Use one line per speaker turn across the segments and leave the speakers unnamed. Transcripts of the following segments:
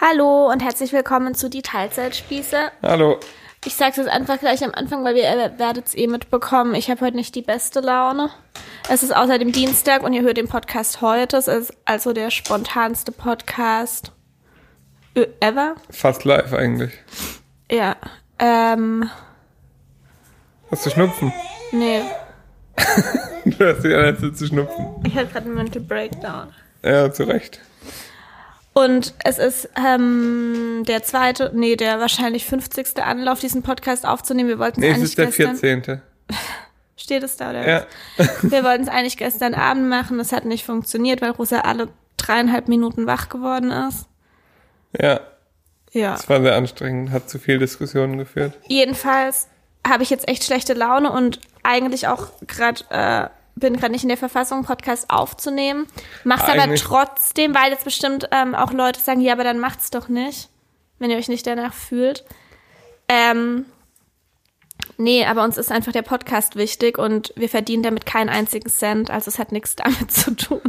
Hallo und herzlich willkommen zu Die Teilzeitspieße.
Hallo.
Ich sag's jetzt einfach gleich am Anfang, weil ihr werdet's eh mitbekommen. Ich habe heute nicht die beste Laune. Es ist außerdem Dienstag und ihr hört den Podcast heute. Es ist also der spontanste Podcast äh, ever.
Fast live eigentlich.
Ja. Ähm,
Hast du Schnupfen?
nee.
Du hast die Anleitung zu schnupfen.
Ich hatte gerade einen Mental Breakdown.
Ja, zu Recht.
Und es ist ähm, der zweite, nee, der wahrscheinlich 50. Anlauf, diesen Podcast aufzunehmen. Wir wollten
Nee,
es eigentlich
es ist der
gestern.
14.
Steht es da oder?
Ja.
was? Wir wollten es eigentlich gestern Abend machen. Das hat nicht funktioniert, weil Rosa alle dreieinhalb Minuten wach geworden ist.
Ja,
Ja.
es war sehr anstrengend, hat zu viel Diskussionen geführt.
Jedenfalls habe ich jetzt echt schlechte Laune und eigentlich auch gerade äh, bin gerade nicht in der Verfassung, einen Podcast aufzunehmen. Mach's aber
Eigentlich-
trotzdem, weil jetzt bestimmt ähm, auch Leute sagen, ja, aber dann macht's doch nicht, wenn ihr euch nicht danach fühlt. Ähm, nee, aber uns ist einfach der Podcast wichtig und wir verdienen damit keinen einzigen Cent, also es hat nichts damit zu tun.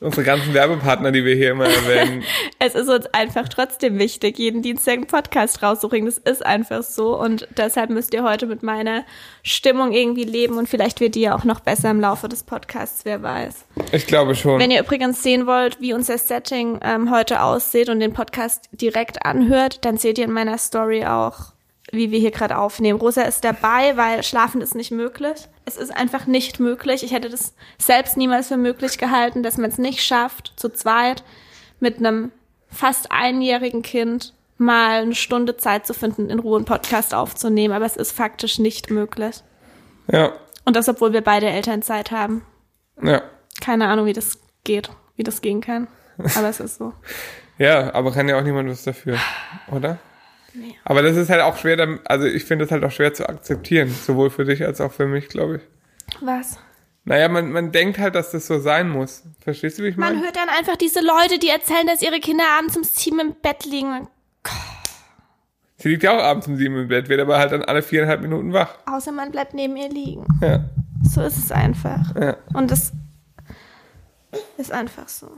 Unsere ganzen Werbepartner, die wir hier immer erwähnen.
Es ist uns einfach trotzdem wichtig, jeden Dienstag einen Podcast rauszubringen. Das ist einfach so. Und deshalb müsst ihr heute mit meiner Stimmung irgendwie leben. Und vielleicht wird die ja auch noch besser im Laufe des Podcasts, wer weiß.
Ich glaube schon.
Wenn ihr übrigens sehen wollt, wie unser Setting ähm, heute aussieht und den Podcast direkt anhört, dann seht ihr in meiner Story auch, wie wir hier gerade aufnehmen. Rosa ist dabei, weil schlafen ist nicht möglich. Es ist einfach nicht möglich. Ich hätte das selbst niemals für möglich gehalten, dass man es nicht schafft, zu zweit mit einem fast einjährigen Kind mal eine Stunde Zeit zu finden, in Ruhe einen Podcast aufzunehmen. Aber es ist faktisch nicht möglich.
Ja,
Und das, obwohl wir beide Elternzeit haben.
ja.
Keine Ahnung, wie das geht, wie das gehen kann. Aber es ist so.
Ja, aber kann ja auch niemand was dafür, oder? Aber das ist halt auch schwer, dann- also ich finde das halt auch schwer zu akzeptieren, sowohl für dich als auch für mich, glaube ich.
Was?
Naja, man, man denkt halt, dass das so sein muss. Verstehst du, wie ich
Man
meine?
hört dann einfach diese Leute, die erzählen, dass ihre Kinder abends um sieben im Bett liegen.
Sie liegt ja auch abends um sieben im Bett, wird aber halt dann alle viereinhalb Minuten wach.
Außer man bleibt neben ihr liegen.
Ja,
So ist es einfach.
ja.
Und das ist einfach so.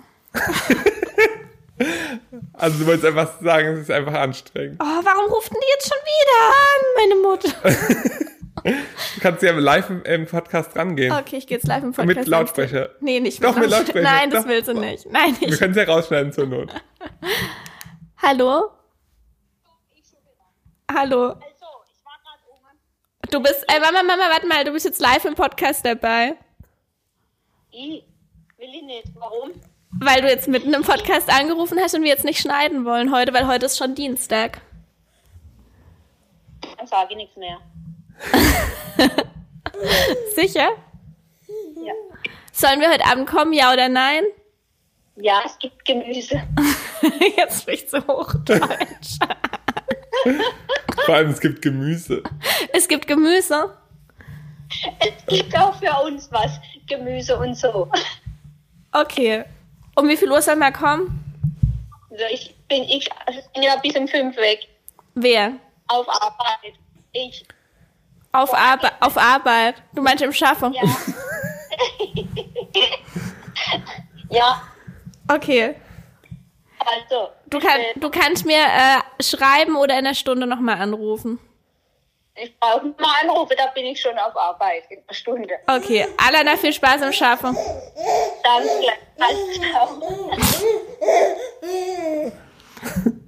Also du wolltest einfach sagen, es ist einfach anstrengend.
Oh, warum rufen die jetzt schon wieder an, meine
Du kannst ja live im, im Podcast rangehen.
Mutter? Okay, ich gehe jetzt live im Podcast.
Mit Lautsprecher.
Nee, nicht
Doch, mit Lautsprecher.
Nein, das
Doch.
willst du nicht. Nein,
Wir
ich.
können es ja rausschneiden zur Not.
Hallo? Hallo?
Also, ich war gerade oben.
Du bist, äh, Mama, Mama, warte mal, du bist jetzt live im Podcast dabei,
Ich will ich nicht. Warum?
weil du jetzt mitten im Podcast angerufen hast und wir jetzt nicht schneiden wollen heute, weil heute ist schon Dienstag.
Dann sage ich nichts mehr.
Sicher?
Ja,
Sollen wir heute Abend kommen, ja oder nein?
ja es gibt Gemüse.
Jetzt spricht sie Hochdeutsch.
Vor allem, es gibt Gemüse.
es gibt Gemüse.
Es gibt auch für uns was. Gemüse und so.
Okay. Um wie viel Uhr soll man kommen?
Also ich bin, ich also ich bin ja bis um fünf weg.
Wer?
Auf Arbeit. Ich.
Auf, Arbe auf Arbeit. Du meinst im Schaffung.
Ja. ja,
Okay.
also.
Du,
bitte.
kann, du kannst mir äh, schreiben oder in einer Stunde nochmal anrufen.
Ich brauche mal Anrufe, da bin ich schon auf Arbeit. In einer Stunde.
Okay. Alana, viel Spaß im Schaffung.
Danke. Also,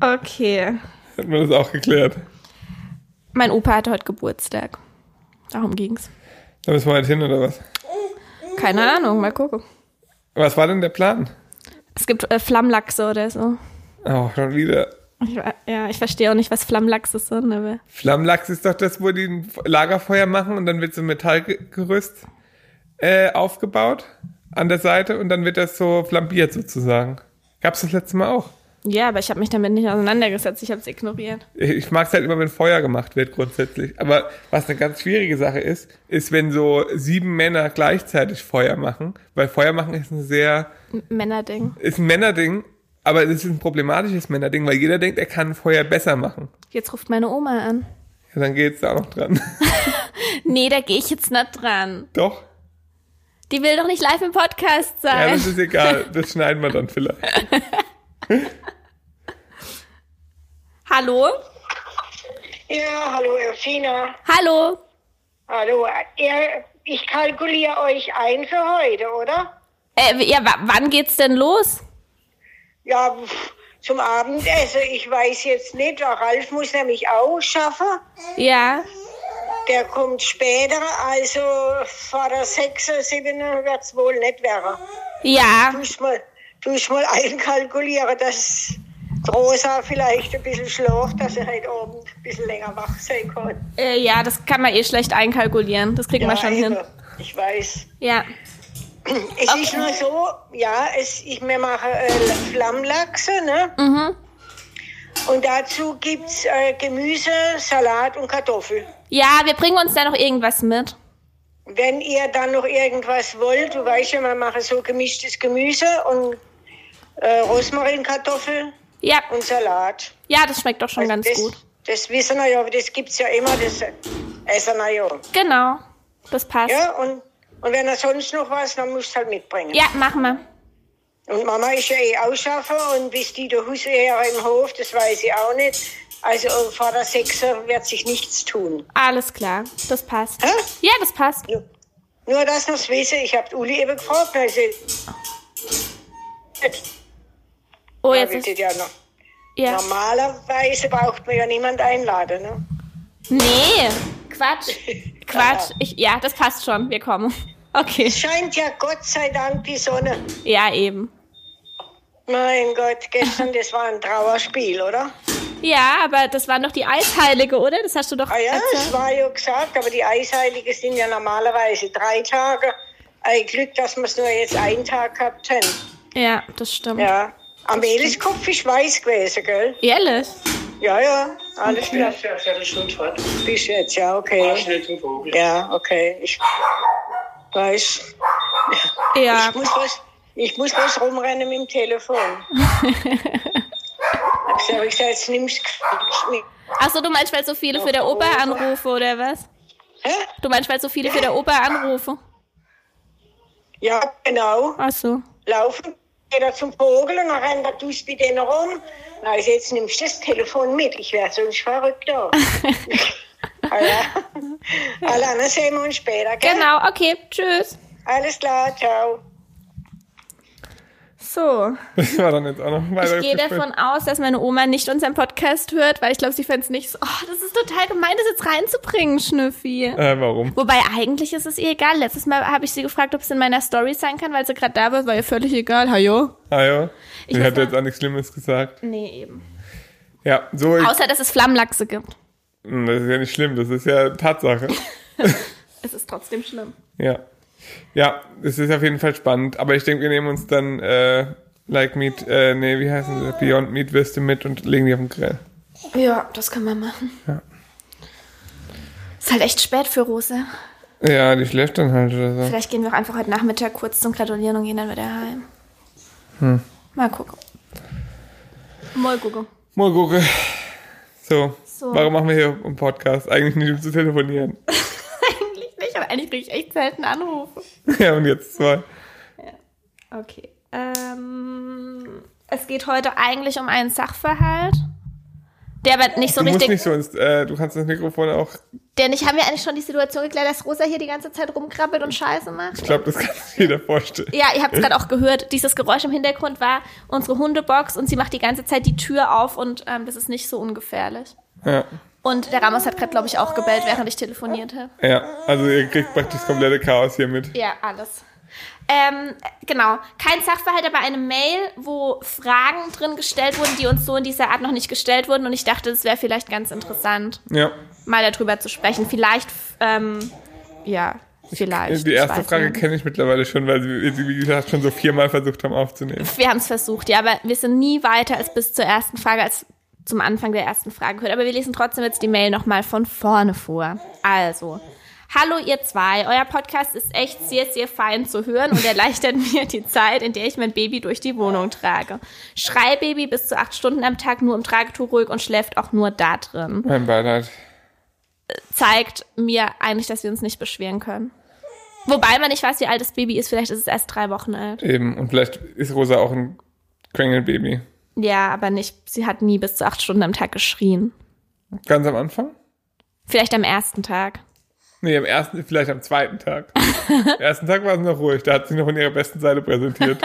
Okay.
Hat mir das auch geklärt.
Mein Opa hatte heute Geburtstag. Darum ging's.
Da müssen wir halt hin, oder was?
Keine Ahnung, mal gucken.
Was war denn der Plan?
Es gibt äh, Flammlachse oder so.
Oh, schon wieder.
Ich, wa- ja, ich verstehe auch nicht, was Flammlachse sind, aber.
Flammlachs ist doch das, wo die ein Lagerfeuer machen und dann wird so ein Metallgerüst äh, aufgebaut an der Seite und dann wird das so flambiert sozusagen. Gab's das letzte Mal auch.
Ja, aber ich habe mich damit nicht auseinandergesetzt, ich habe es ignoriert.
Ich- Ich mag es halt immer, wenn Feuer gemacht wird, grundsätzlich. Aber was eine ganz schwierige Sache ist, ist, wenn so sieben Männer gleichzeitig Feuer machen. Weil Feuer machen ist ein sehr,
M- Männerding.
ist ein Männerding, aber es ist ein problematisches Männerding, weil jeder denkt, er kann Feuer besser machen.
Jetzt ruft meine Oma an.
Ja, dann geht's da auch noch dran.
Nee, da gehe ich jetzt nicht dran.
Doch?
Die will doch nicht live im Podcast
Ja,
sein.
das ist egal. Das schneiden wir dann vielleicht.
Hallo?
Ja, hallo Erfina.
Hallo?
Hallo. Ihr, ich kalkuliere euch ein für heute, oder?
Äh, ja, wa- wann geht's denn los?
Ja, pff, zum Abendessen. Ich weiß jetzt nicht. Der Ralf muss nämlich auch schaffen.
Ja.
Der kommt später, also vor der 6, 7 wird es wohl nicht werden.
Ja.
Tust mal, tust mal einkalkulieren, dass Rosa vielleicht ein bisschen schlaft, dass er heute Abend ein bisschen länger wach sein kann.
Äh, ja, das kann man eh schlecht einkalkulieren. Das kriegen wir schon
eben.
hin.
Ich weiß.
Ja.
Es ist nur so, ja, es, ich, wir machen äh, Flammlachse, ne?
Mhm.
Und dazu gibt es äh, Gemüse, Salat und Kartoffel.
Ja, wir bringen uns da noch irgendwas mit.
Wenn ihr dann noch irgendwas wollt, du weißt ja, wir machen so gemischtes Gemüse und äh, Rosmarinkartoffel
Ja,
und Salat.
ja, das schmeckt doch schon ganz
das,
gut.
Das wissen wir ja, aber das gibt es ja immer, das essen wir ja.
Genau. Das passt.
ja und, und wenn er sonst noch was, dann musst du halt mitbringen.
Ja, machen wir.
Und Mama ist ja eh Ausschaffer und bis die der Husehrer im Hof, das weiß ich auch nicht. Also äh, vor der Sechser wird sich nichts tun.
Alles klar. Das passt.
Hä?
Ja, das passt.
Nur dass noch wissen, ich habe Uli eben gefragt, also
Oh,
ja,
jetzt
will
ist,
das ja noch.
ja.
Normalerweise braucht man ja niemand einladen. Ne?
Nee. Quatsch. Quatsch. Ich, ja, das passt schon. Wir kommen. Okay.
Es scheint ja Gott sei Dank die Sonne.
Ja, eben.
Mein Gott, gestern, das war ein Trauerspiel, oder?
Ja, aber das waren doch die Eisheilige, oder? Das hast du doch
Ah ja, es
erzählt.
war ja gesagt, aber die Eisheiligen sind ja normalerweise drei Tage. Ein Glück, dass wir es nur jetzt einen Tag gehabt haben.
Ja, das stimmt.
Ja. Amelis Kopf ist weiß gewesen, gell?
Ehrlich?
Ja, ja, alles
Ja,
klar.
für eine Viertelstunde Fahrt.
Bis jetzt, ja,
Fahr
okay.
schnell zum Vogel.
Ja, okay, ich weiß.
Ja.
Ich muss was, ich muss was rumrennen mit dem Telefon. Also, Hab ich habe gesagt, jetzt nimmst du mit.
Achso, du meinst, weil so viele für
Oh.
der Oper anrufe, oder was?
Hä?
Du meinst, weil so viele für der Oper anrufe?
Ja, genau.
Achso.
Laufen geht er zum Vogel und dann rennt er du mit denen rum. Na, also jetzt nimmst du das Telefon mit. Ich wäre sonst verrückt da. ah, ja. Alle anderen sehen wir uns später, gell?
Genau, okay. Tschüss.
Alles klar, ciao.
So.
Das war dann jetzt auch noch ein
Ich
weiteres
gehe
Gespräch.
davon aus, dass meine Oma nicht unseren Podcast hört, weil ich glaube, sie fände es nicht so. Oh, das ist total gemein, das jetzt reinzubringen, Schnüffi.
Äh, warum?
Wobei eigentlich ist es ihr egal. Letztes Mal habe ich sie gefragt, ob es in meiner Story sein kann, weil sie gerade da war. War ihr völlig egal. Hajo?
Ah ja.
Ich
Ich
muss
habe
sagen-
jetzt auch nichts Schlimmes gesagt.
Nee, eben.
Ja, so. Ich,
Außer, dass es Flammlachse gibt.
Hm, das ist ja nicht schlimm, das ist ja Tatsache.
Es ist trotzdem schlimm.
ja. Ja, es ist auf jeden Fall spannend. Aber ich denke, wir nehmen uns dann äh, Like Meat, äh, nee, wie heißen sie? Beyond Meat Würste mit und legen die auf den Grill.
Ja, das kann man machen.
Ja.
Ist halt echt spät für Rose.
Ja, die schläft dann halt oder so.
Vielleicht gehen wir auch einfach heute Nachmittag kurz zum Gratulieren und gehen dann wieder heim. Hm. Mal gucken. Mal gucken.
Mal gucken. So.
So.
Warum machen wir hier einen Podcast? Eigentlich nicht, um zu telefonieren.
Eigentlich nicht, aber eigentlich kriege ich echt selten Anrufe.
ja, und jetzt zwei.
Okay. Ähm, es geht heute eigentlich um einen Sachverhalt, der aber nicht so
Du musst
richtig.
nicht so ins, äh, du kannst das Mikrofon auch,
Denn ich habe mir eigentlich schon die Situation geklärt, dass Rosa hier die ganze Zeit rumkrabbelt und Scheiße macht.
ich glaube, das kann sich jeder vorstellen.
Ja, ihr habt es gerade auch gehört. Dieses Geräusch im Hintergrund war unsere Hundebox und sie macht die ganze Zeit die Tür auf und ähm, das ist nicht so ungefährlich.
Ja.
Und der Ramos hat gerade, glaube ich, auch gebellt, während ich telefoniert habe.
Ja, also ihr kriegt praktisch das komplette Chaos hier mit.
Ja, alles. Ähm, genau. Kein Sachverhalt, aber eine Mail, wo Fragen drin gestellt wurden, die uns so in dieser Art noch nicht gestellt wurden. Und ich dachte, es wäre vielleicht ganz interessant,
Ja.
mal darüber zu sprechen. Vielleicht, ähm, ja, vielleicht.
Die
Ich
erste
weiß
Frage
nicht.
kenne ich mittlerweile schon, weil sie, sie, wie gesagt, schon so viermal versucht haben aufzunehmen.
Wir haben es versucht, ja, aber wir sind nie weiter als bis zur ersten Frage, als zum Anfang der ersten Frage gehört. Aber wir lesen trotzdem jetzt die Mail nochmal von vorne vor. Also. Hallo ihr zwei, euer Podcast ist echt sehr, sehr fein zu hören und erleichtert mir die Zeit, in der ich mein Baby durch die Wohnung trage. Schreibaby bis zu acht Stunden am Tag nur im Tragetuch ruhig und schläft auch nur da drin.
Mein Beileid.
Zeigt mir eigentlich, dass wir uns nicht beschweren können. Wobei man nicht weiß, wie alt das Baby ist, vielleicht ist es erst drei Wochen alt.
Eben. Und vielleicht ist Rosa auch ein Quengelbaby.
Ja, aber nicht, sie hat nie bis zu acht Stunden am Tag geschrien.
Ganz am Anfang?
Vielleicht am ersten Tag.
Nee, am ersten, vielleicht am zweiten Tag. am ersten Tag war sie noch ruhig, da hat sie noch in ihrer besten Seite präsentiert.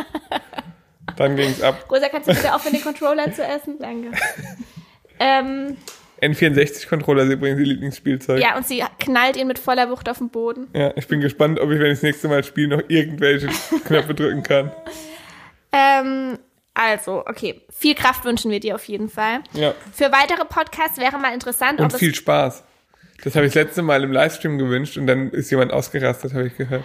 Dann ging's ab.
Rosa, kannst du bitte aufhören, den Controller zu essen? Danke. ähm,
N64-Controller ist übrigens ihr Lieblingsspielzeug.
ja, und sie knallt ihn mit voller Wucht auf den Boden.
Ja, ich bin gespannt, ob ich, wenn ich das nächste Mal spiele, noch irgendwelche Knöpfe drücken kann.
Ähm, also, okay. Viel Kraft wünschen wir dir auf jeden Fall.
Ja.
Für weitere Podcasts wäre mal interessant,
Und
ob
viel
es.
Spaß. Das habe ich das letzte Mal im Livestream gewünscht und dann ist jemand ausgerastet, habe ich gehört.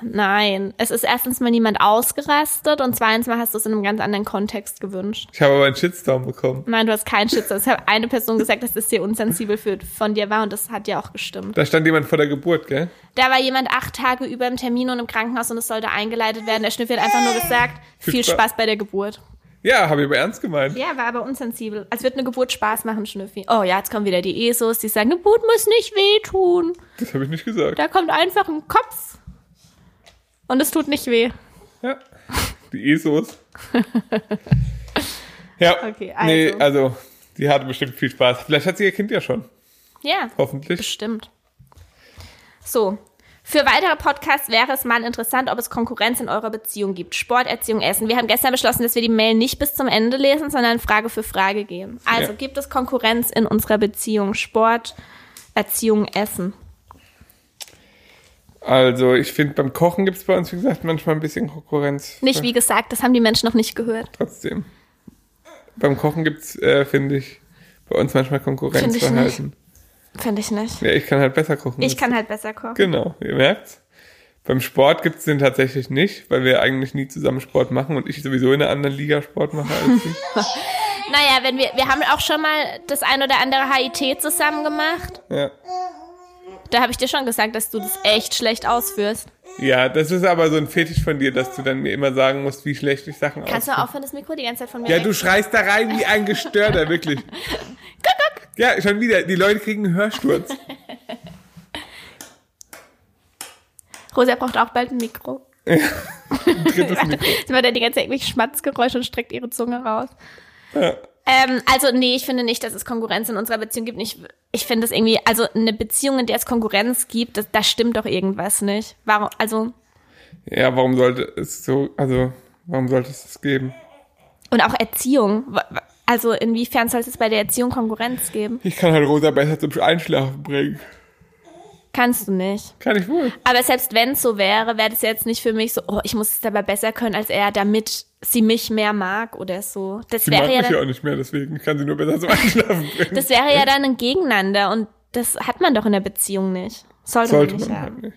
Nein. Es ist erstens mal niemand ausgerastet und zweitens mal hast du es in einem ganz anderen Kontext gewünscht.
Ich habe aber einen Shitstorm bekommen.
Nein, du hast keinen Schützer. Es hat eine Person gesagt, dass das dir unsensibel für, von dir war und das hat ja auch gestimmt.
Da stand jemand vor der Geburt, gell?
Da war jemand acht Tage über im Termin und im Krankenhaus und es sollte eingeleitet werden. Der Schnüffel hat einfach nur gesagt, viel
Spaß.
Spaß bei der Geburt.
Ja, habe ich aber ernst gemeint.
Ja, war aber unsensibel. Als wird eine Geburt Spaß machen, Schnüffi. Oh ja, jetzt kommen wieder die ESOs, die sagen, Geburt muss nicht wehtun.
Das habe ich nicht gesagt.
Da kommt einfach ein Kopf und es tut nicht weh.
Ja. Die ESOs. ja.
Okay, also.
Nee, also, die hatte bestimmt viel Spaß. Vielleicht hat sie ihr Kind ja schon.
Ja,
Hoffentlich.
bestimmt. So. Für weitere Podcasts wäre es mal interessant, ob es Konkurrenz in eurer Beziehung gibt. Sport, Erziehung, Essen. Wir haben gestern beschlossen, dass wir die Mail nicht bis zum Ende lesen, sondern Frage für Frage gehen. Also
Ja.
gibt es Konkurrenz in unserer Beziehung? Sport, Erziehung, Essen.
Also, ich finde, beim Kochen gibt es bei uns, wie gesagt, manchmal ein bisschen Konkurrenz.
Nicht wie gesagt, das haben die Menschen noch nicht gehört.
Trotzdem. Beim Kochen gibt es, äh, finde ich, bei uns manchmal Konkurrenzverhalten.
Finde ich nicht.
Ja, ich kann halt besser kochen.
Ich
als
kann halt besser kochen.
Genau, ihr merkt's. Beim Sport gibt's den tatsächlich nicht, weil wir eigentlich nie zusammen Sport machen und ich sowieso in einer anderen Liga Sport mache als sie.
Naja, wenn wir, wir haben auch schon mal das ein oder andere HIT zusammen gemacht.
Ja.
Da habe ich dir schon gesagt, dass du das echt schlecht ausführst.
ja, das ist aber so ein Fetisch von dir, dass du dann mir immer sagen musst, wie schlecht ich Sachen
Kannst
aus.
du mal aufhören, das Mikro die ganze Zeit von mir
Ja,
weg-
du schreist da rein wie ein Gestörter, wirklich. Ja, schon wieder. Die Leute kriegen einen Hörsturz.
Rosa braucht auch bald ein Mikro.
Drittes Mikro.
Sie macht ja die ganze Zeit irgendwelche Schmatzgeräusche und streckt ihre Zunge raus. Ähm, also, nee, ich finde nicht, dass es Konkurrenz in unserer Beziehung gibt. Ich, ich finde es irgendwie, also eine Beziehung, in der es Konkurrenz gibt, das, da stimmt doch irgendwas nicht. Warum, also,
Ja, warum sollte es so, also, warum sollte es das geben?
und auch Erziehung. Wa- wa- Also, inwiefern sollte es bei der Erziehung Konkurrenz geben?
Ich kann halt Rosa besser zum Einschlafen bringen.
Kannst du nicht.
Kann ich wohl.
Aber selbst wenn es so wäre, wäre das jetzt nicht für mich so, oh, ich muss es dabei besser können als er, damit sie mich mehr mag oder so. Das
Sie mag
wäre ja
mich ja
dann,
auch nicht mehr, deswegen ich kann sie nur besser zum Einschlafen bringen.
das wäre ja dann ein Gegeneinander und das hat man doch in der Beziehung nicht. Sollte,
Sollte
man nicht
man
haben.
halt nicht.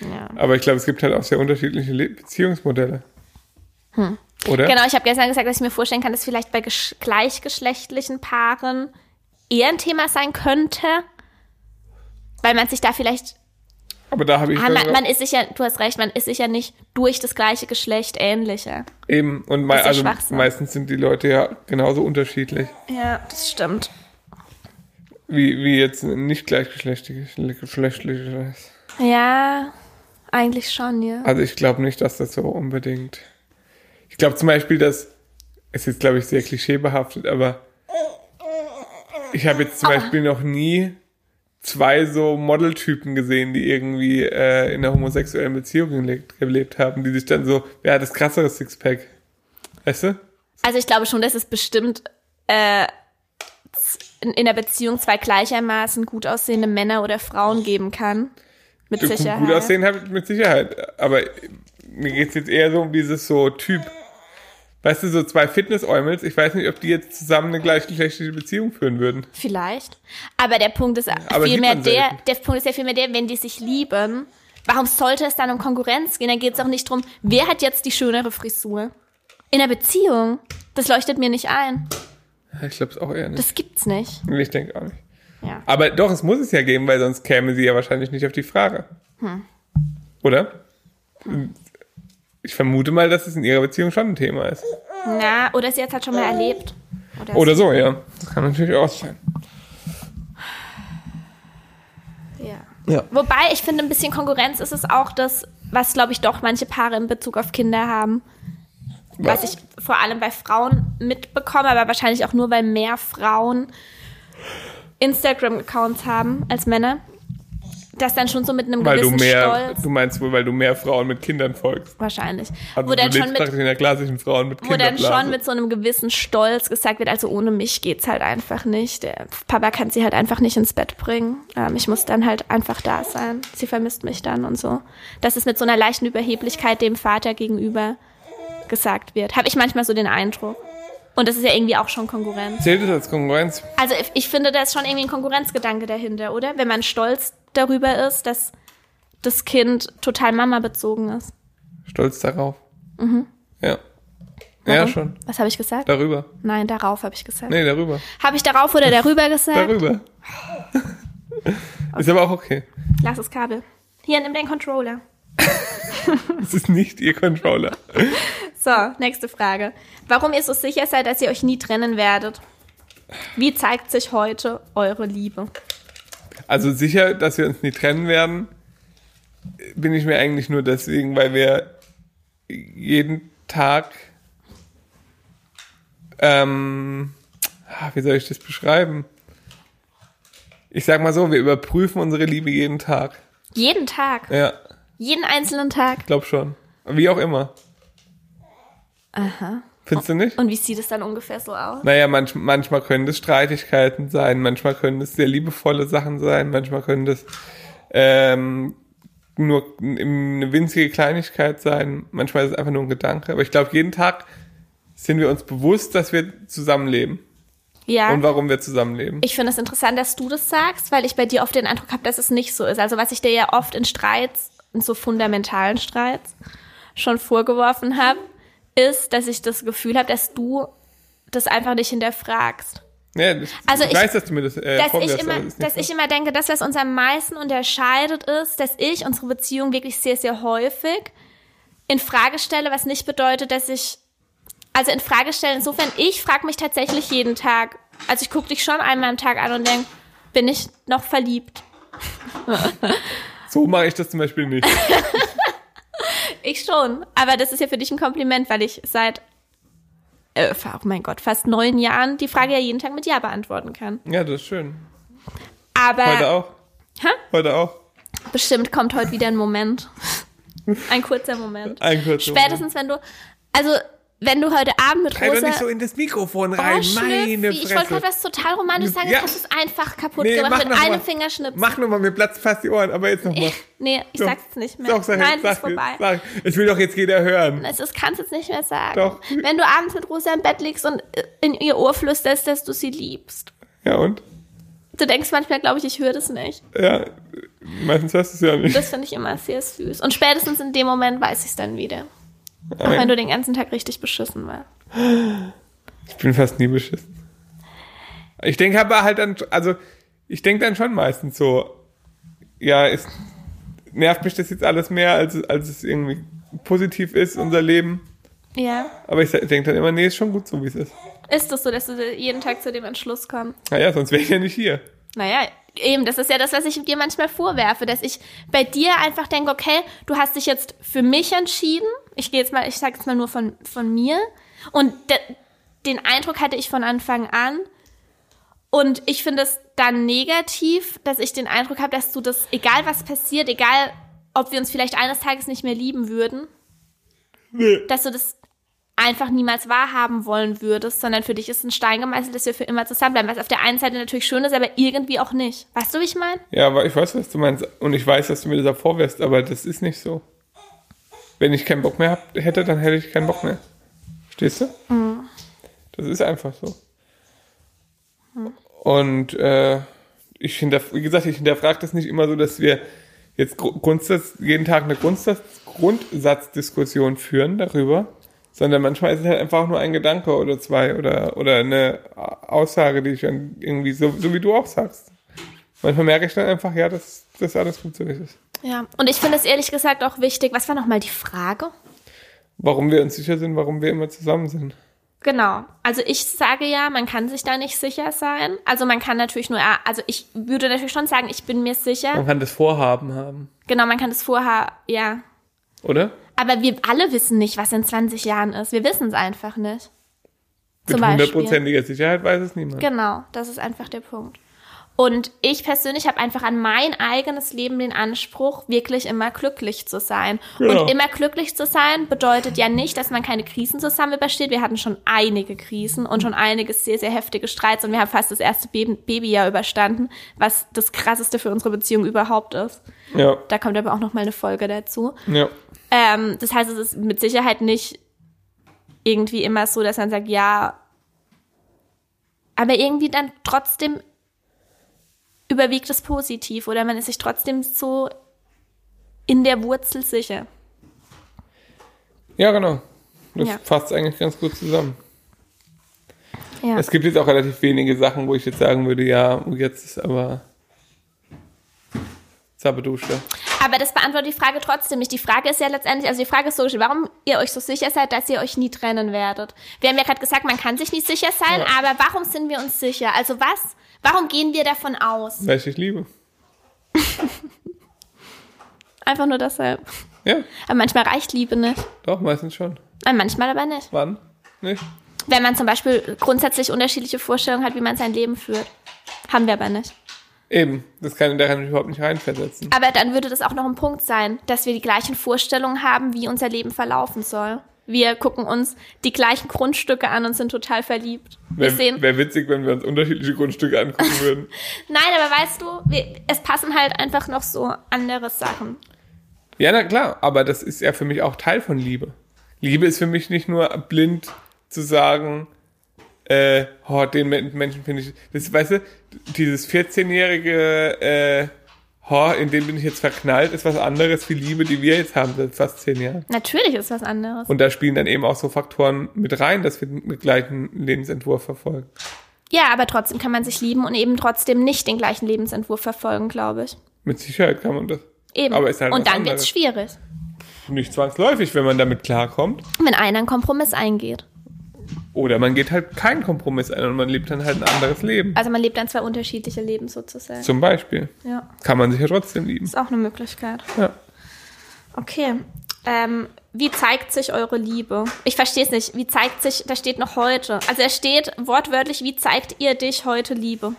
Ja.
Aber ich glaube, es gibt halt auch sehr unterschiedliche Le Beziehungsmodelle. Oder?
Genau, ich habe gestern gesagt, dass ich mir vorstellen kann, dass vielleicht bei gesch- gleichgeschlechtlichen Paaren eher ein Thema sein könnte, weil man sich da vielleicht,
Aber da habe ich
ah, man,
dann
man ist sich ja, du hast recht, man ist sich ja nicht durch das gleiche Geschlecht ähnlicher.
eben und mei
ist ja
also
Schwachsinn.
meistens sind die Leute ja genauso unterschiedlich
Ja, das stimmt.
wie, wie jetzt ein nicht gleichgeschlechtliches. geschlechtliches.
Ja, eigentlich schon, ja.
Also ich glaube nicht, dass das so unbedingt. Ich glaube zum Beispiel, dass es ist, glaube ich, sehr klischeebehaftet, aber ich habe jetzt zum Beispiel noch nie zwei so Modeltypen gesehen, die irgendwie äh, in einer homosexuellen Beziehung gelebt, gelebt haben, die sich dann so, wer hat das krassere Sixpack? Weißt du?
Also ich glaube schon, dass es bestimmt äh, z- in, in der Beziehung zwei gleichermaßen gut aussehende Männer oder Frauen geben kann. Mit
Gut,
Sicherheit.
gut aussehen hat mit Sicherheit, aber mir geht's jetzt eher so um dieses so Typ. Weißt du, so zwei Fitness-Eumels, ich weiß nicht, ob die jetzt zusammen eine gleichgeschlechtliche Beziehung führen würden.
Vielleicht. Aber der Punkt ist
aber
vielmehr
sieht man
der,
selten.
der Punkt ist ja vielmehr der, wenn die sich lieben, warum sollte es dann um Konkurrenz gehen? Dann geht es auch nicht drum, wer hat jetzt die schönere Frisur? In der Beziehung? Das leuchtet mir nicht ein.
Ich glaube es auch eher nicht.
Das gibt's nicht.
Nee, Ich denke auch nicht.
Ja.
Aber doch, es muss es ja geben, weil sonst käme sie ja wahrscheinlich nicht auf die Frage.
Hm.
Oder? Ich vermute mal, dass es in ihrer Beziehung schon ein Thema ist.
Na, oder sie hat halt schon mal erlebt. Oder,
Oder so, ja. Das kann natürlich auch sein.
Ja.
Ja.
Wobei, ich finde, ein bisschen Konkurrenz ist es auch das, was, glaube ich, doch manche Paare in Bezug auf Kinder haben. was ich vor allem bei Frauen mitbekomme, aber wahrscheinlich auch nur, weil mehr Frauen Instagram-Accounts haben als Männer, dass dann schon so mit einem
Weil du
gewissen
mehr,
Stolz
du meinst wohl, weil du mehr Frauen mit Kindern folgst.
wahrscheinlich,
Also
wo
du
dann
lebst
schon mit
praktisch in der klassischen Frauen mit
wo
Kindern.
dann schon mit so einem gewissen Stolz gesagt wird, also ohne mich geht's halt einfach nicht. Der Papa kann sie halt einfach nicht ins Bett bringen. Ähm, ich muss dann halt einfach da sein. Sie vermisst mich dann und so. Dass es mit so einer leichten Überheblichkeit dem Vater gegenüber gesagt wird. Habe ich manchmal so den Eindruck. Und das ist ja irgendwie auch schon Konkurrenz.
Zählt das als Konkurrenz?
Also ich- ich finde, da ist schon irgendwie ein Konkurrenzgedanke dahinter, oder? Wenn man stolz darüber ist, dass das Kind total Mama bezogen ist.
Stolz darauf. Ja. Ja,
Mhm. Warum?
schon.
Was habe ich gesagt?
Darüber.
Nein, darauf habe ich gesagt.
Nee, darüber.
Habe ich darauf oder darüber gesagt?
Darüber. Ist aber auch okay.
Lass das Kabel. Hier, nimm deinen Controller.
Es ist nicht ihr Controller.
So, nächste Frage. Warum ihr so sicher seid, dass ihr euch nie trennen werdet? Wie zeigt sich heute eure Liebe?
Also sicher, dass wir uns nie trennen werden, bin ich mir eigentlich nur deswegen, weil wir jeden Tag, ähm, ah, wie soll ich das beschreiben? Ich sag mal so, wir überprüfen unsere Liebe jeden Tag.
Jeden Tag.
Ja,
Jeden einzelnen Tag.
glaub schon. Wie auch immer.
Aha.
Findest du nicht?
Und wie sieht es dann ungefähr so aus?
Naja, manch, manchmal können das Streitigkeiten sein, manchmal können das sehr liebevolle Sachen sein, manchmal können das ähm, nur eine winzige Kleinigkeit sein, manchmal ist es einfach nur ein Gedanke. Aber ich glaube, jeden Tag sind wir uns bewusst, dass wir zusammenleben
Ja.
und warum wir zusammenleben.
Ich finde es interessant, dass du das sagst, weil ich bei dir oft den Eindruck habe, dass es nicht so ist. Also was ich dir ja oft in Streits, in so fundamentalen Streits schon vorgeworfen habe, ist, dass ich das Gefühl habe, dass du das einfach nicht hinterfragst.
Ja, das,
Also
ich,
ich-
weiß, dass du mir das äh,
dass
vorwirfst,
ich immer,
aber das ist nicht
dass ich immer denke, das, was uns am meisten unterscheidet, ist, dass ich unsere Beziehung wirklich sehr, sehr häufig in Frage stelle, was nicht bedeutet, dass ich, also in Frage stelle, insofern, ich frage mich tatsächlich jeden Tag, also ich gucke dich schon einmal am Tag an und denke, bin ich noch verliebt?
so. so mache ich das zum Beispiel nicht.
Ich schon, aber das ist ja für dich ein Kompliment, weil ich seit, äh, oh mein Gott, fast neun Jahren die Frage ja jeden Tag mit Ja beantworten kann.
ja, das ist schön.
Aber
Heute auch.
Äh, Hä?
Heute auch.
Bestimmt kommt heute wieder ein Moment. Ein kurzer Moment.
Ein kurzer
Spätestens, wenn du. Also, wenn du heute Abend mit
Halt doch
Rosa.
nicht so in das Mikrofon
Oh,
rein,
Schnüffi,
meine
ich wollte
Fresse.
gerade was total Romantisches sagen,
Ja.
jetzt hast du es einfach kaputt
Nee, mach
gemacht mit
noch mal.
einem Fingerschnips.
Mach nochmal, mir platzt fast die Ohren, aber jetzt nochmal.
Nee, ich sag's jetzt nicht mehr.
Doch, sag,
Nein,
sag,
es ist vorbei.
Sag, es will doch jetzt jeder hören.
Es ist, kannst jetzt nicht mehr sagen.
Doch.
Wenn du abends mit Rosa im Bett liegst und äh, in ihr Ohr flüsterst, dass du sie liebst.
Ja, und?
Du denkst manchmal, glaube ich, ich höre das nicht.
Ja, meistens hörst du es ja nicht.
Das finde ich immer sehr süß. Und spätestens in dem Moment weiß ich es dann wieder. Auch
Nein.
wenn du den ganzen Tag richtig beschissen warst.
ich bin fast nie beschissen. Ich denke aber halt dann, also, ich denke dann schon meistens so, ja, es nervt mich das jetzt alles mehr, als, als es irgendwie positiv ist, unser Leben.
Ja.
Aber ich denke dann immer, nee, ist schon gut so, wie es ist.
Ist das so, dass du jeden Tag zu dem Entschluss kommst?
Naja, sonst wäre ich ja nicht hier.
Naja, eben, das ist ja das, was ich dir manchmal vorwerfe, dass ich bei dir einfach denke, okay, du hast dich jetzt für mich entschieden. Ich gehe jetzt mal, ich sage jetzt mal nur von, von mir. Und de, den Eindruck hatte ich von Anfang an. Und ich finde es dann negativ, dass ich den Eindruck habe, dass du das, egal was passiert, egal ob wir uns vielleicht eines Tages nicht mehr lieben würden,
Nee.
dass du das einfach niemals wahrhaben wollen würdest, sondern für dich ist ein Stein gemeißelt, dass wir für immer zusammenbleiben, was auf der einen Seite natürlich schön ist, aber irgendwie auch nicht. Weißt du, wie ich meine?
Ja, aber ich weiß, was du meinst. Und ich weiß, dass du mir das auch vorwirfst, aber das ist nicht so. Wenn ich keinen Bock mehr hab, hätte, dann hätte ich keinen Bock mehr. Stehst du? Das ist einfach so. Und äh, ich hinterf wie gesagt, ich hinterfrage das nicht immer so, dass wir jetzt Gru- Grundsatz, jeden Tag eine Grundsatz, Grundsatzdiskussion führen darüber, sondern manchmal ist es halt einfach nur ein Gedanke oder zwei oder, oder eine Aussage, die ich dann irgendwie, so, so wie du auch sagst. Manchmal merke ich dann einfach, ja, dass das alles gut so ist.
Ja. Und ich finde es ehrlich gesagt auch wichtig. Was war nochmal die Frage?
Warum wir uns sicher sind, warum wir immer zusammen sind.
Genau. Also ich sage ja, man kann sich da nicht sicher sein. Also man kann natürlich nur, er- also ich würde natürlich schon sagen, ich bin mir sicher.
kann das Vorhaben haben,
Genau, man kann das vorher, ja.
oder?
Aber wir alle wissen nicht, was in 20 Jahren ist. Wir wissen es einfach nicht.
Mit
Zum Beispiel.
hundertprozentiger Sicherheit weiß es niemand.
Genau, das ist einfach der Punkt. Und ich persönlich habe einfach an mein eigenes Leben den Anspruch, wirklich immer glücklich zu sein.
Genau.
Und immer glücklich zu sein bedeutet ja nicht, dass man keine Krisen zusammen übersteht. Wir hatten schon einige Krisen und schon einige sehr, sehr heftige Streits und wir haben fast das erste Baby- Babyjahr überstanden, was das krasseste für unsere Beziehung überhaupt ist.
Ja,
Da kommt aber auch noch mal eine Folge dazu.
ja.
Ähm, das heißt, es ist mit Sicherheit nicht irgendwie immer so, dass man sagt, ja, aber irgendwie dann trotzdem überwiegt es positiv oder man ist sich trotzdem so in der Wurzel sicher.
Ja, genau. Das
Ja.
fasst eigentlich ganz gut zusammen.
Ja.
Es gibt jetzt auch relativ wenige Sachen, wo ich jetzt sagen würde, ja, und jetzt ist aber Zabedusche.
Aber das beantwortet die Frage trotzdem nicht. Die Frage ist ja letztendlich, also die Frage ist logisch, warum ihr euch so sicher seid, dass ihr euch nie trennen werdet. Wir haben ja gerade gesagt, man kann sich nicht sicher sein,
Ja.
aber warum sind wir uns sicher? Also was? Warum gehen wir davon aus?
Weil ich dich liebe.
Einfach nur deshalb.
Ja,
Aber manchmal reicht Liebe ne? nicht.
doch, meistens schon.
Ah, Manchmal aber nicht.
Wann? Nicht?
Wenn man zum Beispiel grundsätzlich unterschiedliche Vorstellungen hat, wie man sein Leben führt. Haben wir aber nicht.
Eben, das kann ich daran überhaupt nicht reinversetzen.
Aber dann würde das auch noch ein Punkt sein, dass wir die gleichen Vorstellungen haben, wie unser Leben verlaufen soll. Wir gucken uns die gleichen Grundstücke an und sind total verliebt. Wir
Wäre
sehen,
wär witzig, wenn wir uns unterschiedliche Grundstücke angucken würden.
nein, aber weißt du, wir, es passen halt einfach noch so andere Sachen.
Ja, na klar, aber das ist ja für mich auch Teil von Liebe. Liebe ist für mich nicht nur blind zu sagen, äh, oh, den Men- Menschen finde ich, das, weißt du, dieses 14-jährige, äh, oh, in den bin ich jetzt verknallt, ist was anderes wie Liebe, die wir jetzt haben seit fast zehn Jahren.
Natürlich ist was anderes.
Und da spielen dann eben auch so Faktoren mit rein, dass wir den gleichen Lebensentwurf verfolgen.
Ja, aber trotzdem kann man sich lieben und eben trotzdem nicht den gleichen Lebensentwurf verfolgen, glaube ich.
Mit Sicherheit kann man das.
Eben.
Aber ist halt
und
was
dann wird's
anderes.
schwierig,
Nicht zwangsläufig, wenn man damit klarkommt.
wenn einer einen Kompromiss eingeht.
Oder man geht halt keinen Kompromiss ein und man lebt dann halt ein anderes Leben.
Also man lebt dann zwei unterschiedliche Leben sozusagen.
Zum Beispiel.
Ja,
Kann man sich ja trotzdem lieben.
ist auch eine Möglichkeit.
Ja.
Okay. Ähm, wie zeigt sich eure Liebe? Ich verstehe es nicht. Wie zeigt sich, da steht noch heute. Also da steht wortwörtlich, wie zeigt ihr dich heute Liebe?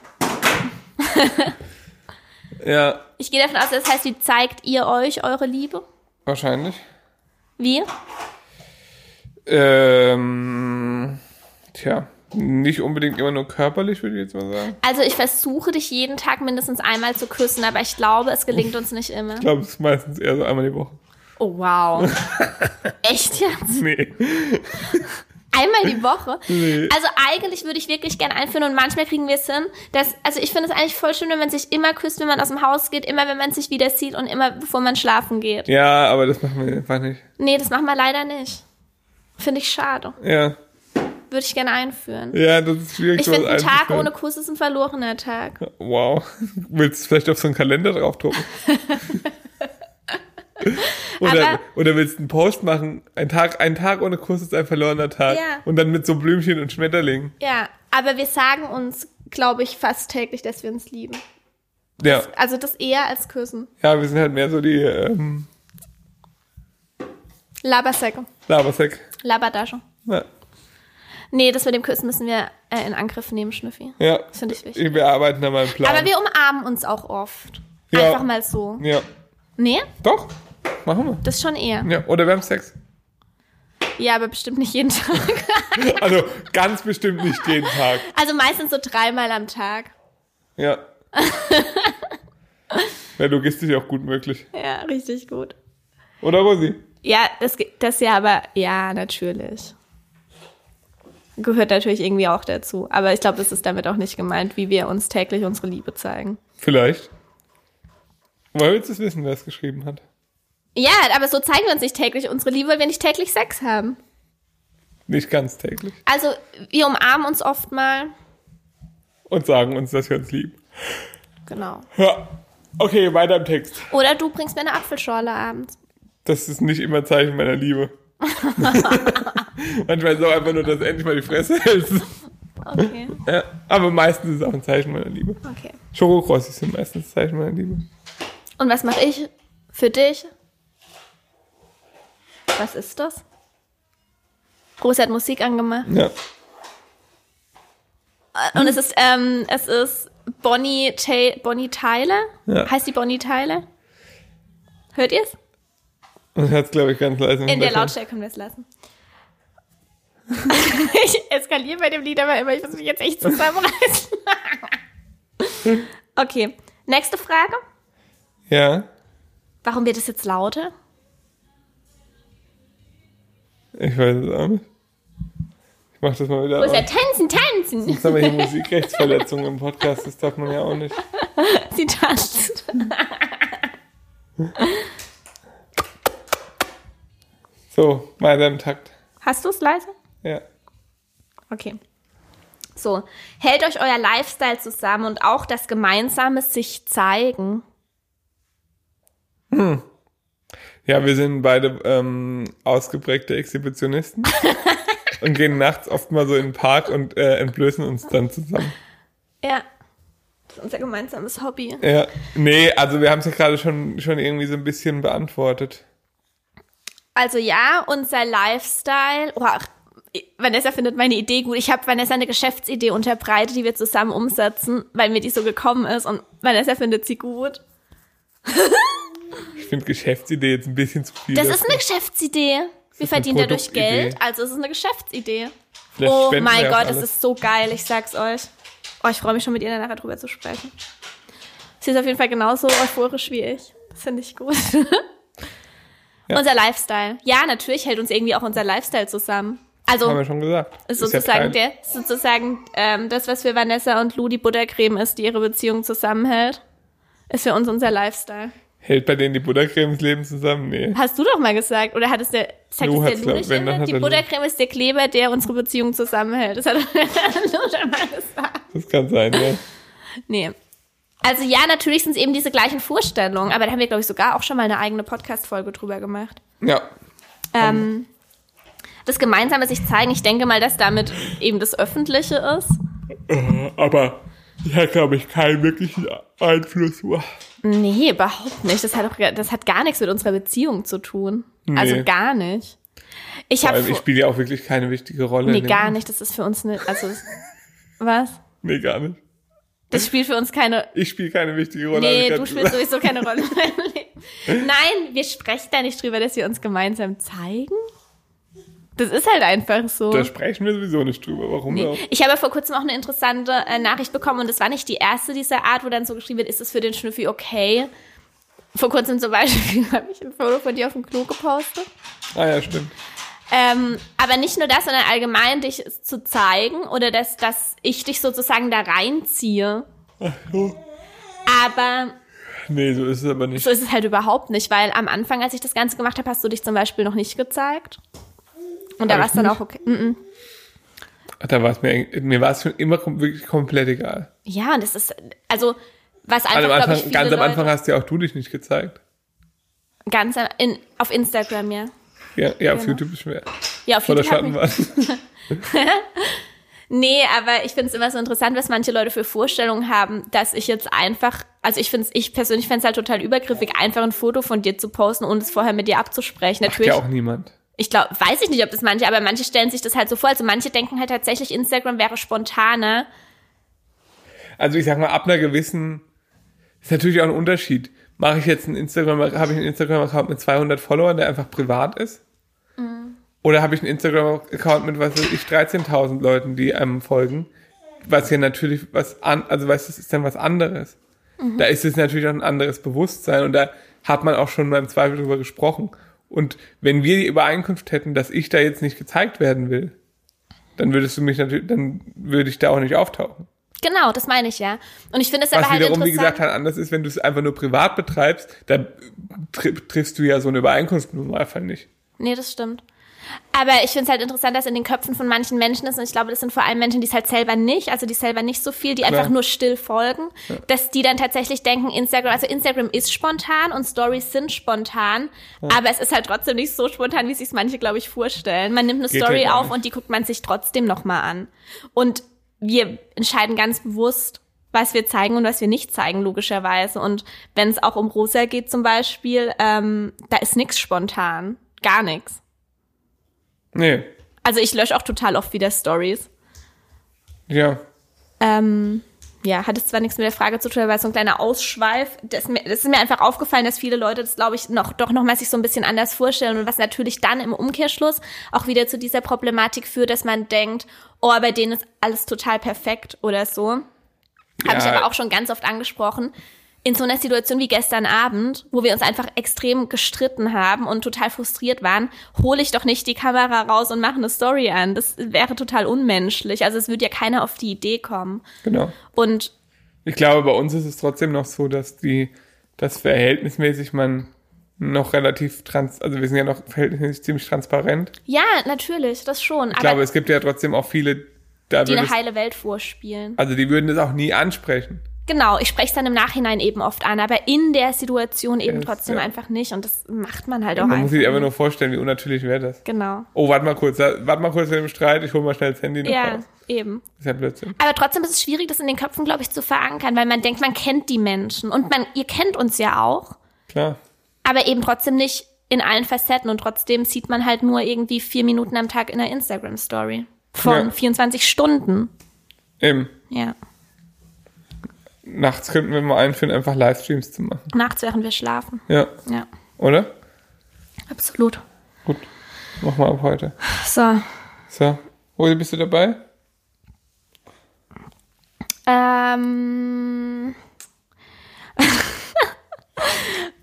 Ja,
Ich gehe davon aus, das heißt, wie zeigt ihr euch eure Liebe?
wahrscheinlich.
Wie?
Ähm, tja, nicht unbedingt immer nur körperlich, würde ich jetzt mal sagen.
Also ich versuche dich jeden Tag mindestens einmal zu küssen, aber ich glaube, es gelingt uns nicht immer.
Ich glaube, es ist meistens eher so einmal die Woche.
Oh wow. Echt jetzt?
Nee.
Einmal die Woche?
Nee.
Also eigentlich würde ich wirklich gern einführen und manchmal kriegen wir es hin, dass, also ich finde es eigentlich voll schön, wenn man sich immer küsst, wenn man aus dem Haus geht, immer wenn man sich wieder sieht und immer bevor man schlafen geht.
Ja, aber das machen wir einfach nicht.
Nee, das machen wir leider nicht. Finde ich schade.
Ja,
Würde ich gerne einführen.
ja das ist schwierig.
ich finde, ein
sowas
Tag
einzuführen.
ohne Kuss ist ein verlorener Tag.
Wow. Willst du vielleicht auf so einen Kalender draufdrucken? oder,
Aber-
oder willst du einen Post machen? Ein Tag, ein Tag ohne Kuss ist ein verlorener Tag.
Ja.
Und dann mit so Blümchen und Schmetterlingen.
Ja, aber wir sagen uns, glaube ich, fast täglich, dass wir uns lieben.
Ja.
Also das eher als küssen.
Ja, wir sind halt mehr so die ähm,
Labersäcke.
Labersack.
Laberdasche.
Ja.
Nee, das mit dem Küssen müssen wir äh, in Angriff nehmen, Schnüffi.
ja.
Das finde ich wichtig.
Wir arbeiten da mal einen Plan.
Aber wir umarmen uns auch oft.
Ja.
Einfach mal so.
ja.
Nee,
Doch. Machen wir.
das schon eher.
Ja. Oder wir haben Sex.
Ja, aber bestimmt nicht jeden Tag.
Also ganz bestimmt nicht jeden Tag.
Also meistens so dreimal am Tag.
Ja. Wäre logistisch auch gut möglich.
Ja, richtig gut.
Oder Rosi?
Ja, das, ge- das ja, aber ja, natürlich. Gehört natürlich irgendwie auch dazu. Aber ich glaube, das ist damit auch nicht gemeint, wie wir uns täglich unsere Liebe zeigen.
Vielleicht. Woher willst du es wissen, wer es geschrieben hat?
Ja, aber so zeigen wir uns nicht täglich unsere Liebe, weil wir nicht täglich Sex haben.
Nicht ganz täglich.
Also, wir umarmen uns oft mal.
Und sagen uns, dass wir uns lieben.
Genau.
Ja. Okay, weiter im Text.
Oder du bringst mir eine Apfelschorle abends.
Das ist nicht immer Zeichen meiner Liebe. Manchmal ist es auch einfach nur, dass du endlich mal die Fresse hältst.
Okay.
Ja, aber meistens ist es auch ein Zeichen meiner Liebe.
Okay.
Schokokrossis sind meistens Zeichen meiner Liebe.
Und was mache ich für dich? Was ist das? Rosa hat Musik angemacht.
Ja.
Und es ist, ähm, es ist Bonnie, Ta Bonnie Tyler.
Ja.
Heißt die Bonnie Tyler? Hört ihr es?
Und hat es, glaube ich, ganz leise im
In der
Hintergrund.
Lautstärke können wir es lassen. ich eskaliere bei dem Lied aber immer. Ich muss mich jetzt echt zusammenreißen. okay, nächste Frage.
Ja.
Warum wird es jetzt lauter?
Ich weiß es auch nicht. Ich mach das mal wieder
Wo ist er?
aus.
Tanzen, tanzen!
Jetzt haben wir hier Musikrechtsverletzungen im Podcast, das darf man ja auch nicht.
Sie tanzt.
So, mal im Takt.
Hast du es leise?
Ja.
Okay. So, hält euch euer Lifestyle zusammen und auch das gemeinsame sich zeigen.
Ja, wir sind beide ähm, ausgeprägte Exhibitionisten und gehen nachts oft mal so in den Park und äh, entblößen uns dann zusammen.
Ja. Das ist unser gemeinsames Hobby.
Ja. Nee, also wir haben es ja gerade schon, schon irgendwie so ein bisschen beantwortet.
Also ja, unser Lifestyle. Oh, ach, Vanessa findet meine Idee gut. Ich habe Vanessa eine Geschäftsidee unterbreitet, die wir zusammen umsetzen, weil mir die so gekommen ist und Vanessa findet sie gut.
Ich finde Geschäftsidee jetzt ein bisschen zu viel.
Das ist eine Geschäftsidee. Wir
ist eine
verdienen dadurch
Produktidee.
Geld, also es ist eine Geschäftsidee.
Vielleicht
oh
spenden
mein
wir auch
Gott, es
alles.
ist so geil, ich sag's euch. Oh, ich freue mich schon mit ihr nachher drüber zu sprechen. Sie ist auf jeden Fall genauso euphorisch wie ich. Das finde ich gut. Unser Lifestyle. Ja, natürlich hält uns irgendwie auch unser Lifestyle zusammen. Also
Haben wir schon gesagt.
ist
ja
sozusagen
Teil-
der, ist sozusagen ähm, das, was für Vanessa und Lou die Buttercreme ist, die ihre Beziehung zusammenhält, ist für uns unser Lifestyle.
Hält bei denen die Buttercreme das Leben zusammen? Nee.
Hast du doch mal gesagt, oder hat es der, sagt
Lou
es der
hat's,
Lou
glaub-
nicht
wenn, dann
immer?
hat
Die
der Lou.
Buttercreme ist der Kleber, der unsere Beziehung zusammenhält. Das hat Lou schon mal gesagt.
Das kann sein, ja.
Nee. Also ja, natürlich sind es eben diese gleichen Vorstellungen, aber da haben wir, glaube ich, sogar auch schon mal eine eigene Podcast-Folge drüber gemacht.
Ja.
ähm, das Gemeinsame sich zeigen. Ich denke mal, dass damit eben das Öffentliche ist.
Aber die hat, glaube ich, keinen wirklichen Einfluss. Uah.
Nee, überhaupt nicht. Das hat, auch, gar- das hat gar nichts mit unserer Beziehung zu tun.
Nee.
Also gar nicht. Ich
Vor
habe.
allem, ich spiele ja auch wirklich keine wichtige Rolle.
Nee,
in dem-
gar nicht. Das ist für uns nicht. Also, was?
Nee, gar nicht.
Das spielt für uns keine.
Ich spiele keine wichtige Rolle. hab ich
Nee,
grad
du spielst
gesagt.
sowieso keine Rolle in meinem Leben. Nein, wir sprechen da nicht drüber, dass wir uns gemeinsam zeigen. Das ist halt einfach so.
Da sprechen wir sowieso nicht drüber. Warum
Nee.
auch?
Ich habe ja vor kurzem auch eine interessante äh, Nachricht bekommen und das war nicht die erste dieser Art, wo dann so geschrieben wird, ist es für den Schnüffi okay? Vor kurzem zum Beispiel habe ich ein Foto von dir auf dem Klo gepostet.
Ah ja, stimmt.
Ähm, aber nicht nur das, sondern allgemein dich zu zeigen oder dass, dass ich dich sozusagen da reinziehe.
Oh.
Aber
Nee, so ist es aber nicht.
so ist es halt überhaupt nicht, weil am Anfang, als ich das Ganze gemacht habe, hast du dich zum Beispiel noch nicht gezeigt. Und da
Hab
war
ich
es dann
nicht?
auch okay. Mm -mm.
Da war es mir, eigentlich- mir war es schon immer kom wirklich komplett egal.
Ja, und das ist, also, was
An
einfach,
am
glaube ich,
Anfang,
viele
ganz am
Leute,
Anfang hast ja auch du dich nicht gezeigt.
Ganz am- in, auf Instagram, ja.
Ja, ja auf
Genau.
YouTube ist schwer.
Ja, auf
Oder
jeden Fall.
Schattenwand.
Nee, aber ich find's immer so interessant, was manche Leute für Vorstellungen haben, dass ich jetzt einfach, also ich find's, ich persönlich find's halt total übergriffig, einfach ein Foto von dir zu posten und es vorher mit dir abzusprechen.
Macht ja
Natürlich,
auch niemand.
ich glaube, weiß ich nicht, ob das manche, aber manche stellen sich das halt so vor. Also manche denken halt tatsächlich, Instagram wäre spontaner.
Also ich sag mal, ab einer gewissen ist natürlich auch ein Unterschied. Mache ich jetzt einen Instagram, habe ich einen Instagram-Account mit 200 Followern, der einfach privat ist? Oder habe ich einen Instagram-Account mit, was weiß ich, 13.000 Leuten, die einem folgen? Was ja natürlich was an, also weißt du, es ist dann was anderes. Da ist es natürlich auch ein anderes Bewusstsein und da hat man auch schon mal im Zweifel drüber gesprochen. Und wenn wir die Übereinkunft hätten, dass ich da jetzt nicht gezeigt werden will, dann würdest du mich natürlich, dann würde ich da auch nicht auftauchen.
Genau, das meine ich ja. Und ich finde es aber
Was
halt
wiederum,
interessant.
wie gesagt, halt anders ist, wenn du es einfach nur privat betreibst, dann tri triffst du ja so eine Übereinkunft im Normalfall nicht.
Nee, das stimmt. Aber ich finde es halt interessant, dass in den Köpfen von manchen Menschen ist, und ich glaube, das sind vor allem Menschen, die es halt selber nicht, also die selber nicht so viel, die einfach nur still folgen, dass die dann tatsächlich denken, Instagram, also Instagram ist spontan und Stories sind spontan, aber es ist halt trotzdem nicht so spontan, wie sich manche, glaube ich, vorstellen. Man nimmt eine
Geht
Story
halt gar
auf
nicht.
und die guckt man sich trotzdem nochmal an. Und wir entscheiden ganz bewusst, was wir zeigen und was wir nicht zeigen, logischerweise. Und wenn es auch um Rosa geht zum Beispiel, ähm, da ist nichts spontan. Gar nichts.
Nee.
Also ich lösche auch total oft wieder Stories.
Ja.
Ähm, ja, hat es zwar nichts mit der Frage zu tun, aber so ein kleiner Ausschweif. Das, mir- das ist mir einfach aufgefallen, dass viele Leute das, glaube ich, noch, doch nochmal sich so ein bisschen anders vorstellen und was natürlich dann im Umkehrschluss auch wieder zu dieser Problematik führt, dass man denkt, oh, bei denen ist alles total perfekt oder so. Habe ich
Ja.
aber auch schon ganz oft angesprochen. In so einer Situation wie gestern Abend, wo wir uns einfach extrem gestritten haben und total frustriert waren, hole ich doch nicht die Kamera raus und mache eine Story an. Das wäre total unmenschlich. Also es würde ja keiner auf die Idee kommen.
Genau.
Und
Ich glaube, bei uns ist es trotzdem noch so, dass die, dass verhältnismäßig man noch relativ trans, also wir sind ja noch verhältnismäßig ziemlich transparent.
ja, natürlich, das schon.
Ich
aber
glaube, es gibt ja trotzdem auch viele, da
die halt-
würde
eine
es,
heile Welt vorspielen.
also die würden das auch nie ansprechen.
Genau, ich spreche es dann im Nachhinein eben oft an, aber in der Situation eben
Ja,
trotzdem
ja. einfach
einfach nicht. Und das macht man halt auch
Man muss
einfach.
sich aber nur vorstellen, wie unnatürlich wäre das.
Genau.
Oh, warte mal kurz, da- warte mal kurz mit dem Streit, ich hole mal schnell das Handy noch
Ja,
raus.
eben.
Ist ja Blödsinn.
Aber trotzdem ist es schwierig, das in den Köpfen, glaube ich, zu verankern, weil man denkt, man kennt die Menschen. Und man, ihr kennt uns ja auch,
Klar.
aber eben trotzdem nicht in allen Facetten. Und trotzdem sieht man halt nur irgendwie vier Minuten am Tag in einer Instagram-Story. Von
Ja.
24 Stunden.
Eben.
Ja.
Nachts könnten wir mal einführen, einfach Livestreams zu machen.
Nachts, während wir schlafen.
Ja.
Ja,
Oder?
absolut.
Gut. Machen wir ab heute.
So.
So. Uli, bist du dabei?
Ähm.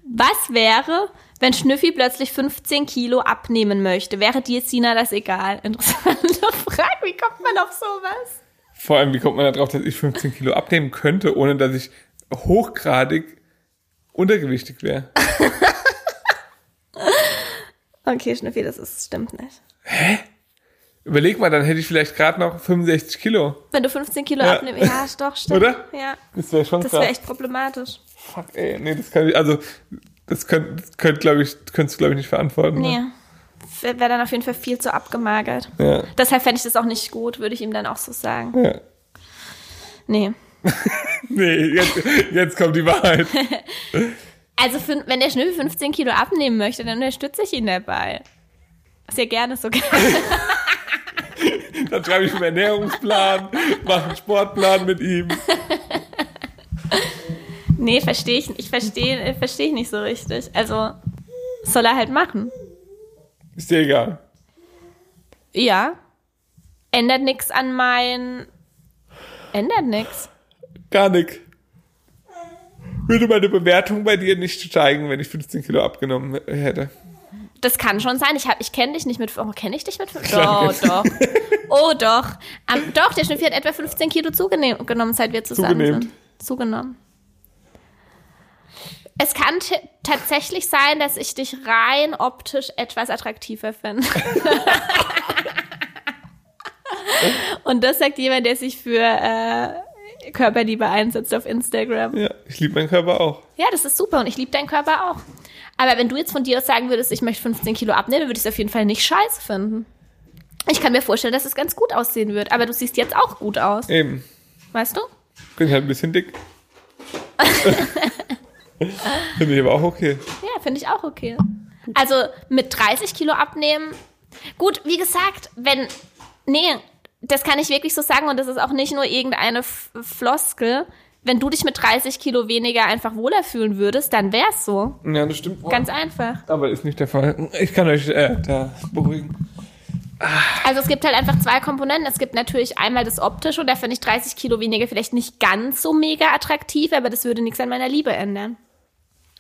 Was wäre, wenn Schnüffi plötzlich 15 Kilo abnehmen möchte? Wäre dir, Sina, das egal? Interessante Frage. Wie kommt man auf sowas?
Vor allem, wie kommt man da drauf, dass ich 15 Kilo abnehmen könnte, ohne dass ich hochgradig untergewichtig wäre?
Okay, Schnüffi, das ist, stimmt nicht.
Überleg mal, dann hätte ich vielleicht gerade noch 65 Kilo.
Wenn du 15 Kilo
Ja.
abnimmst, ja, ist doch, stimmt.
Oder?
Ja.
Das wäre schon
Das
krass.
wäre echt problematisch.
Fuck, ey, nee, das kann ich, also, das könnt, könnt, glaube ich, könntest du, glaube ich, nicht verantworten.
Nee.
ne?
Wäre dann auf jeden Fall viel zu abgemagert.
Ja.
Deshalb fände ich das auch nicht gut, würde ich ihm dann auch so sagen.
Ja.
Nee.
Nee, jetzt, jetzt kommt die Wahrheit.
Also fün- wenn der Schnüffel 15 Kilo abnehmen möchte, dann unterstütze ich ihn dabei. Sehr gerne sogar.
Dann schreibe ich einen Ernährungsplan, mache einen Sportplan mit ihm.
nee, verstehe ich, ich verstehe, äh, verstehe ich nicht so richtig. Also soll er halt machen.
Ist dir egal.
Ja. Ändert nichts an mein ändert nichts.
Gar nicht. Würde meine Bewertung bei dir nicht steigen, wenn ich 15 Kilo abgenommen hätte.
Das kann schon sein. Ich hab, ich kenne dich nicht mit oh, kenne ich dich mit fünf-
Klar.
Oh, doch. Oh, doch. Am, doch, der Schnüffel hat etwa 15 Kilo zugenommen, seit wir zusammen
Zugenehmt.
sind. Zugenommen. Es kann t- tatsächlich sein, dass ich dich rein optisch etwas attraktiver finde. Und das sagt jemand, der sich für äh, Körperliebe einsetzt auf Instagram.
Ja, ich liebe meinen Körper auch.
Ja, das ist super und ich liebe deinen Körper auch. Aber wenn du jetzt von dir aus sagen würdest, ich möchte 15 Kilo abnehmen, dann würde ich es auf jeden Fall nicht scheiße finden. Ich kann mir vorstellen, dass es ganz gut aussehen wird, aber du siehst jetzt auch gut aus,
Eben.
weißt du?
Bin ich halt ein bisschen dick. Finde ich aber auch okay.
Ja, finde ich auch okay. Also mit 30 Kilo abnehmen. Gut, wie gesagt, wenn. Nee, das kann ich wirklich so sagen und das ist auch nicht nur irgendeine F Floskel. Wenn du dich mit 30 Kilo weniger einfach wohler fühlen würdest, dann wär's so.
Ja, das stimmt.
Ganz einfach.
aber ist nicht der Fall. Ich kann euch äh, da beruhigen.
Also es gibt halt einfach zwei Komponenten. Es gibt natürlich einmal das Optische und da finde ich 30 Kilo weniger vielleicht nicht ganz so mega attraktiv, aber das würde nichts an meiner Liebe ändern.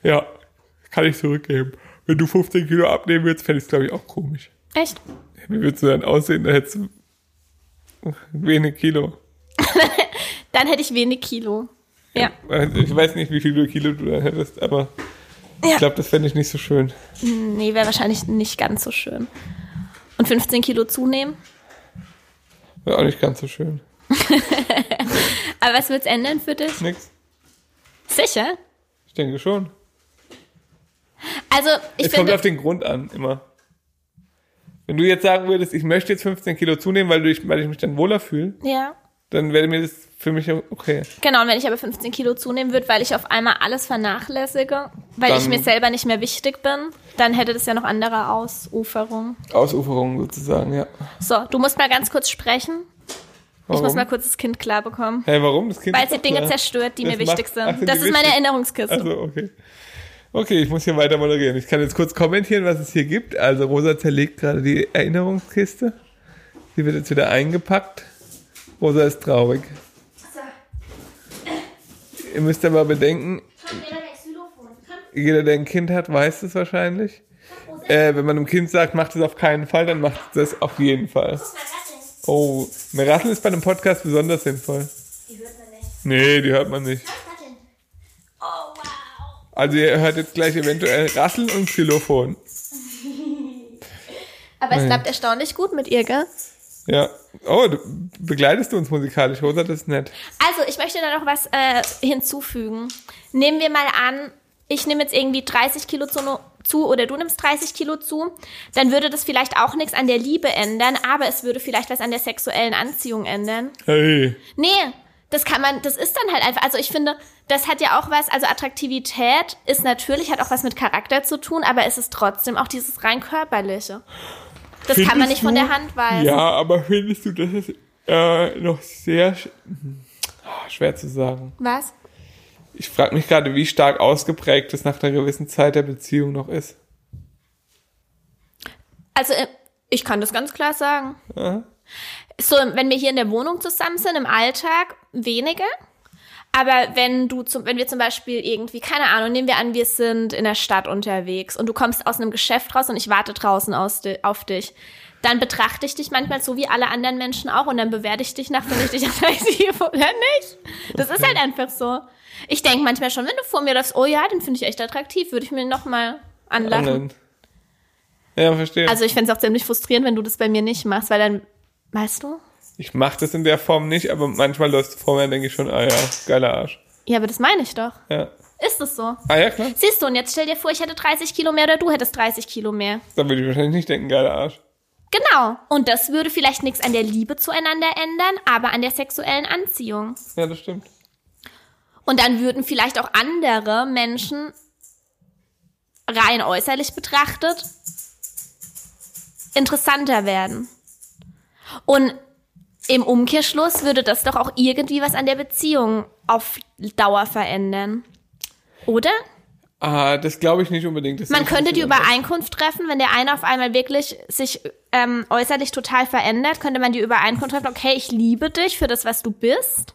Ja, kann ich zurückgeben. Wenn du 15 Kilo abnehmen würdest, fände ich es, glaube ich, auch komisch.
Echt?
Wie würdest du dann aussehen? Da hättest du wenig Kilo.
Dann hätte ich wenig Kilo. Ja.
Also, Ich weiß nicht, wie viele Kilo du dann hättest, aber ich
Ja.
glaube, das fände ich nicht so schön.
Nee, wäre wahrscheinlich nicht ganz so schön. Und 15 Kilo zunehmen.
Wäre auch nicht ganz so schön.
Aber was wird's ändern für dich?
Nix?
Sicher?
Ich denke schon.
Also ich
es kommt auf
finde,
den Grund an, immer. Wenn du jetzt sagen würdest, ich möchte jetzt 15 Kilo zunehmen, weil, du ich, weil ich mich dann wohler fühle,
ja,
dann wäre mir das für mich okay.
Genau, und wenn ich aber 15 Kilo zunehmen würde, weil ich auf einmal alles vernachlässige, weil
Dann-
ich mir selber nicht mehr wichtig bin, dann hätte das ja noch andere Ausuferungen.
Ausuferung sozusagen, ja.
So, du musst mal ganz kurz sprechen. Ich muss mal kurz das Kind klar bekommen.
Hey, warum? Das Kind
Weil
ist
sie
doch
Dinge
da.
zerstört, die mir
Das macht-
wichtig sind.
Ach, sind
das
die
ist meine
wichtig?
Erinnerungskiste.
Also, okay. Okay, ich muss hier weiter moderieren. Ich kann jetzt kurz kommentieren, was es hier gibt. Also Rosa zerlegt gerade die Erinnerungskiste. Die wird jetzt wieder eingepackt. Rosa ist traurig. Ihr müsst aber bedenken, jeder, der ein Kind hat, weiß es wahrscheinlich. Äh, wenn man einem Kind sagt, macht es auf keinen Fall, dann macht es das auf jeden Fall. Oh, Merasseln ist bei einem Podcast besonders sinnvoll. Nee, die hört man nicht. Also ihr hört jetzt gleich eventuell Rasseln und Xylophon.
Aber es klappt erstaunlich gut mit ihr, gell?
Ja. Oh, du, begleitest du uns musikalisch, Rosa? Das ist nett.
Also, ich möchte da noch was äh, hinzufügen. Nehmen wir mal an, ich nehme jetzt irgendwie 30 Kilo zu, zu oder du nimmst 30 Kilo zu, dann würde das vielleicht auch nichts an der Liebe ändern, aber es würde vielleicht was an der sexuellen Anziehung ändern.
Hey.
Nee, das kann man, das ist dann halt einfach, also ich finde, das hat ja auch was, also Attraktivität ist natürlich, hat auch was mit Charakter zu tun, aber es ist trotzdem auch dieses rein körperliche. Das kann man
Findest
nicht von
du?
der Hand weisen.
Ja, aber findest du, das ist äh, noch sehr sch Ah, schwer zu sagen.
Was?
Ich frage mich gerade, wie stark ausgeprägt das nach einer gewissen Zeit der Beziehung noch ist.
Also äh, ich kann das ganz klar sagen.
Ja?
So, wenn wir hier in der Wohnung zusammen sind, im Alltag weniger. Aber wenn du zum, wenn wir zum Beispiel irgendwie, keine Ahnung, nehmen wir an, wir sind in der Stadt unterwegs und du kommst aus einem Geschäft raus und ich warte draußen aus di auf dich, dann betrachte ich dich manchmal so wie alle anderen Menschen auch und dann bewerte ich dich nach, finde ich dich attraktiv oder nicht. Das ist halt einfach so. Ich denke manchmal schon, wenn du vor mir läufst, oh ja, den finde ich echt attraktiv, würde ich mir nochmal anlachen.
Anderen. Ja, verstehe.
Also ich fände es auch ziemlich frustrierend, wenn du das bei mir nicht machst, weil dann, weißt du?
ich mache das in der Form nicht, aber manchmal läuft es vor mir und denke ich schon, ah ja, geiler Arsch.
Ja, aber das meine ich doch.
Ja.
Ist es so?
Ah ja, klar.
Siehst du, und jetzt stell dir vor, ich hätte 30 Kilo mehr oder du hättest 30 Kilo mehr.
Dann würde ich wahrscheinlich nicht denken, geiler Arsch.
Genau. Und das würde vielleicht nichts an der Liebe zueinander ändern, aber an der sexuellen Anziehung.
Ja, das stimmt.
Und dann würden vielleicht auch andere Menschen rein äußerlich betrachtet interessanter werden. Und im Umkehrschluss würde das doch auch irgendwie was an der Beziehung auf Dauer verändern. Oder?
Ah, das glaube ich nicht unbedingt. Das
Man
ist
könnte
nicht
die
so anders.
Übereinkunft treffen, wenn der eine auf einmal wirklich sich ähm, äußerlich total verändert, könnte man die Übereinkunft treffen, okay, ich liebe dich für das, was du bist,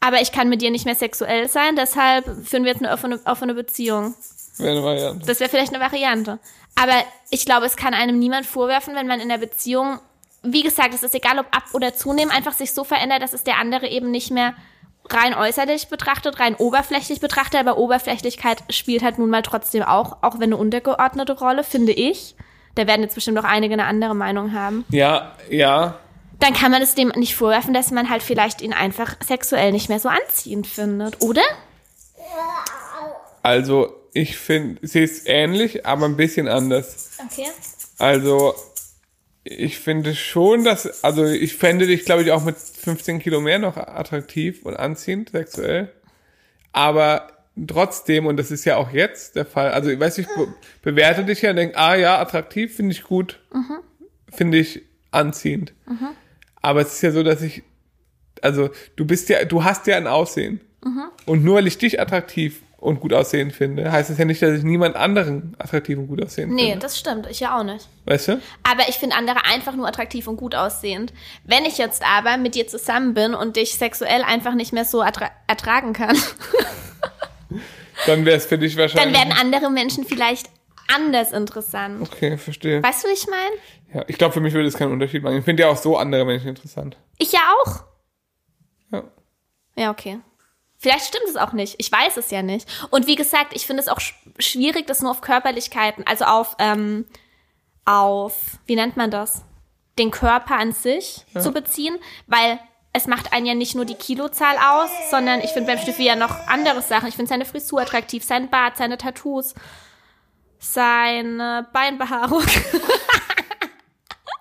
aber ich kann mit dir nicht mehr sexuell sein, deshalb führen wir jetzt eine offene, offene Beziehung.
Wäre eine Variante.
Das wäre vielleicht eine Variante. Aber ich glaube, es kann einem niemand vorwerfen, wenn man in der Beziehung, wie gesagt, es ist egal, ob ab oder zunehmen, einfach sich so verändert, dass es der andere eben nicht mehr rein äußerlich betrachtet, rein oberflächlich betrachtet, aber Oberflächlichkeit spielt halt nun mal trotzdem auch, auch wenn eine untergeordnete Rolle, finde ich. Da werden jetzt bestimmt noch einige eine andere Meinung haben.
Ja, ja.
Dann kann man es dem nicht vorwerfen, dass man halt vielleicht ihn einfach sexuell nicht mehr so anziehend findet, oder?
Also, ich finde, sie ist ähnlich, aber ein bisschen anders.
Okay.
Also, ich finde schon, dass, also ich fände dich, glaube ich, auch mit 15 Kilo mehr noch attraktiv und anziehend sexuell. Aber trotzdem, und das ist ja auch jetzt der Fall, also ich weiß, ich be bewerte dich ja und denke, ah ja, attraktiv finde ich gut, finde ich anziehend. Aber es ist ja so, dass ich, also du bist ja, du hast ja ein Aussehen. Und nur weil ich dich attraktiv und gut aussehend finde, heißt es ja nicht, dass ich niemand anderen attraktiv und gut aussehend
Nee,
finde.
das stimmt. Ich ja auch nicht.
Weißt du?
Aber ich finde andere einfach nur attraktiv und gut aussehend. Wenn ich jetzt aber mit dir zusammen bin und dich sexuell einfach nicht mehr so ertra ertragen kann,
Dann wäre es für dich
dann
wahrscheinlich.
werden andere Menschen vielleicht anders interessant.
Okay, verstehe.
Weißt du, wie ich meine?
Ja, ich glaube, für mich würde es keinen Unterschied machen. Ich finde ja auch so andere Menschen interessant.
Ich ja auch.
Ja.
Ja, okay. Vielleicht stimmt es auch nicht. Ich weiß es ja nicht. Und wie gesagt, ich finde es auch sch schwierig, das nur auf Körperlichkeiten, also auf, ähm, auf, wie nennt man das? Den Körper an sich zu beziehen, weil es macht einen ja nicht nur die Kilozahl aus, sondern ich finde beim Steffi ja noch andere Sachen. Ich finde seine Frisur attraktiv, sein Bart, seine Tattoos, seine Beinbehaarung.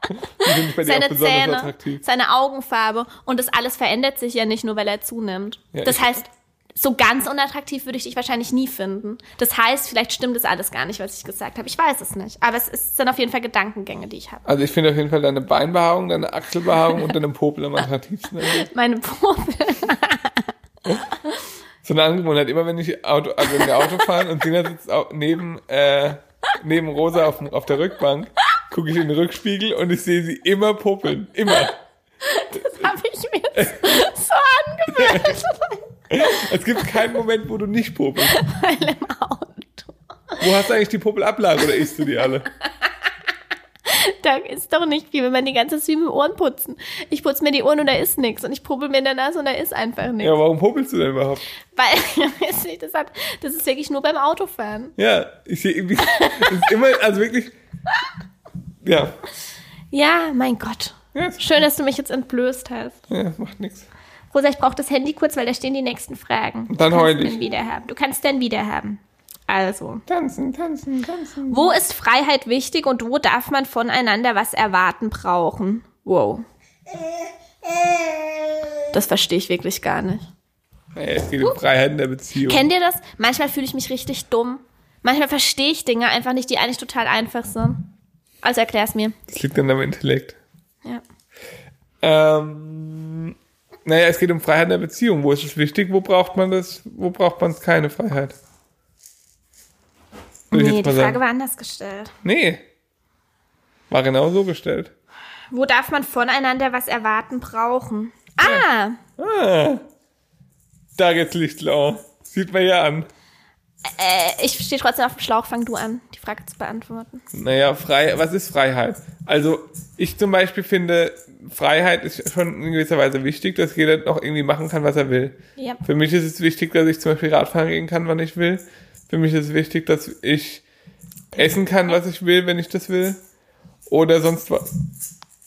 Die finde ich bei dir auch
seine
besonders
Zähne,
attraktiv.
seine Augenfarbe und das alles verändert sich ja nicht nur, weil er zunimmt.
Ja,
das
ich-
heißt, so ganz unattraktiv würde ich dich wahrscheinlich nie finden. Das heißt, vielleicht stimmt das alles gar nicht, was ich gesagt habe. Ich weiß es nicht. Aber es ist, sind auf jeden Fall Gedankengänge, die ich habe.
Also ich finde auf jeden Fall deine Beinbehaarung, deine Achselbehaarung und deine Popel am attraktivsten.
Meine Probe.
So eine Angewohnheit, immer wenn ich Auto, also wenn wir Auto fahren und Sina sitzt au- neben, äh, neben Rosa auf, dem- auf der Rückbank, gucke ich in den Rückspiegel und ich sehe sie immer popeln. Immer.
habe ich mir jetzt so angewöhnt.
Es gibt keinen Moment, wo du nicht popelst.
Weil im Auto.
Wo hast du eigentlich die Popelablage oder isst du die alle?
Da ist doch nicht viel, wenn man die ganze Zeit wie mit Ohren putzen. Ich putze mir die Ohren und da ist nichts. Und ich probel mir in der Nase und da ist einfach nichts.
Ja, warum popelst du denn überhaupt?
Weil, weiß nicht, das, hat, das ist wirklich nur beim Autofahren.
Ja, ich sehe irgendwie, es ist immer, also wirklich, ja,
Ja, mein Gott.
Ja, ist-
Schön, dass du mich jetzt entblößt hast.
ja macht nichts.
Rosa, ich brauche das Handy kurz, weil da stehen die nächsten Fragen. Du
Dann
kannst
heul ich.
den wiederhaben. Du kannst dann wiederhaben. Also,
Tanzen, tanzen, tanzen.
wo ist Freiheit wichtig und wo darf man voneinander was erwarten brauchen? Wow. Das verstehe ich wirklich gar nicht.
Naja, es geht um Freiheiten der Beziehung.
Kennt ihr das? Manchmal fühle ich mich richtig dumm. Manchmal verstehe ich Dinge einfach nicht, die eigentlich total einfach sind. Also erklär's mir.
Das liegt an deinem Intellekt.
Ja.
Ähm, naja, es geht um Freiheit in der Beziehung. Wo ist es wichtig? Wo braucht man das? Wo braucht man es keine Freiheit? Würde
Nee, die Frage
sagen.
war anders gestellt.
nee. War genau so gestellt.
Wo darf man voneinander was erwarten brauchen? Ah,
Ah, da geht's Lichtlau. Sieht man ja an.
äh, ich stehe trotzdem auf dem Schlauch, fang du an, die Frage zu beantworten.
Naja, frei, was ist Freiheit? Also, ich zum Beispiel finde, Freiheit ist schon in gewisser Weise wichtig, dass jeder noch irgendwie machen kann, was er will.
Ja.
Für mich ist es wichtig, dass ich zum Beispiel Radfahren gehen kann, wann ich will. Für mich ist es wichtig, dass ich essen kann, was ich will, wenn ich das will. Oder sonst was.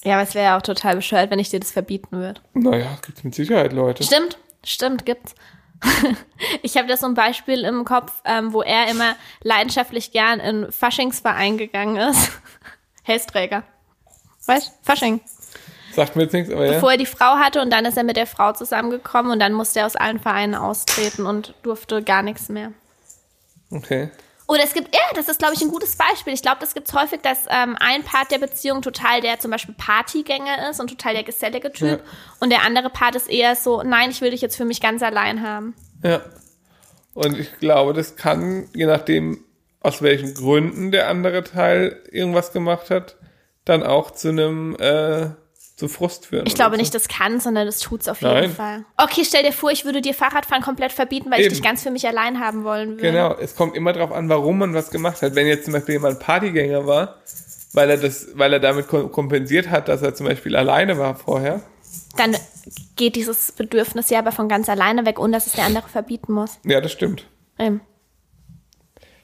Ja, aber es wäre ja auch total bescheuert, wenn ich dir das verbieten würde.
Naja, gibt's mit Sicherheit Leute.
Stimmt, stimmt, gibt's. ich habe das so ein Beispiel im Kopf, ähm, wo er immer leidenschaftlich gern in Faschingsverein gegangen ist. Helsträger. Weißt Fasching.
Sagt mir jetzt nichts, aber ja.
Bevor er die Frau hatte und dann ist er mit der Frau zusammengekommen und dann musste er aus allen Vereinen austreten und durfte gar nichts mehr.
Okay.
Oder es gibt, ja, das ist, glaube ich, ein gutes Beispiel. Ich glaube, das gibt's häufig, dass ähm, ein Part der Beziehung total der zum Beispiel Partygänger ist und total der gesellige Typ.
Ja.
Und der andere Part ist eher so, nein, ich will dich jetzt für mich ganz allein haben.
Ja. Und ich glaube, das kann, je nachdem, aus welchen Gründen der andere Teil irgendwas gemacht hat, dann auch zu einem, äh, zu Frust führen.
Ich glaube
oder so.
nicht, das kann, sondern das tut's auf
Nein.
jeden Fall. Okay, stell dir vor, ich würde dir Fahrradfahren komplett verbieten, weil
Eben.
ich dich ganz für mich allein haben wollen würde.
Genau, es kommt immer darauf an, warum man was gemacht hat. Wenn jetzt zum Beispiel jemand Partygänger war, weil er das, weil er damit kom- kompensiert hat, dass er zum Beispiel alleine war vorher,
Dann geht dieses Bedürfnis ja aber von ganz alleine weg, ohne dass es der andere verbieten muss.
ja, das stimmt.
Ähm,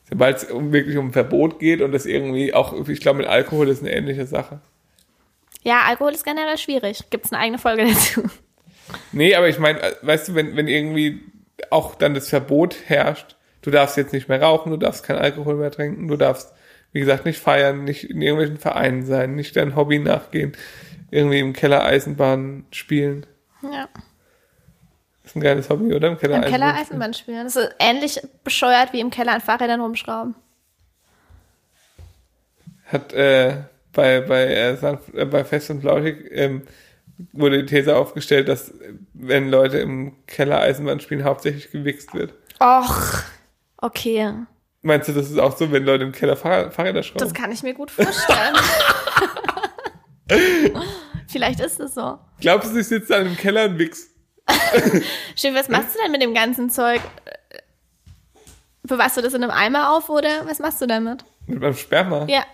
Sobald es um, wirklich um Verbot geht und das irgendwie auch, ich glaube, mit Alkohol ist eine ähnliche Sache.
Ja, Alkohol ist generell schwierig. Gibt's eine eigene Folge dazu?
Nee, aber ich meine, äh, weißt du, wenn, wenn irgendwie auch dann das Verbot herrscht, du darfst jetzt nicht mehr rauchen, du darfst keinen Alkohol mehr trinken, du darfst, wie gesagt, nicht feiern, nicht in irgendwelchen Vereinen sein, nicht dein Hobby nachgehen, irgendwie im Keller Eisenbahn spielen.
Ja.
Ist ein geiles Hobby, oder? Im Keller,
Im Keller
Eisenbahn
Eisenbahn spielen.
spielen.
Das ist ähnlich bescheuert wie im Keller an Fahrrädern rumschrauben.
Hat äh, bei, bei, äh, Sanft, äh, bei Fest und Flauschig ähm, wurde die These aufgestellt, dass äh, wenn Leute im Keller Eisenbahn spielen, hauptsächlich gewichst wird.
Och, okay.
Meinst du, das ist auch so, wenn Leute im Keller Fahrrad, Fahrräder schrauben?
Das kann ich mir gut vorstellen. Vielleicht ist es so.
Glaubst du, ich sitze dann im Keller und wichs?
Schiff, was machst du denn mit dem ganzen Zeug? Äh, Bewahrst du das in einem Eimer auf oder was machst du damit?
Mit meinem Sperma?
Ja.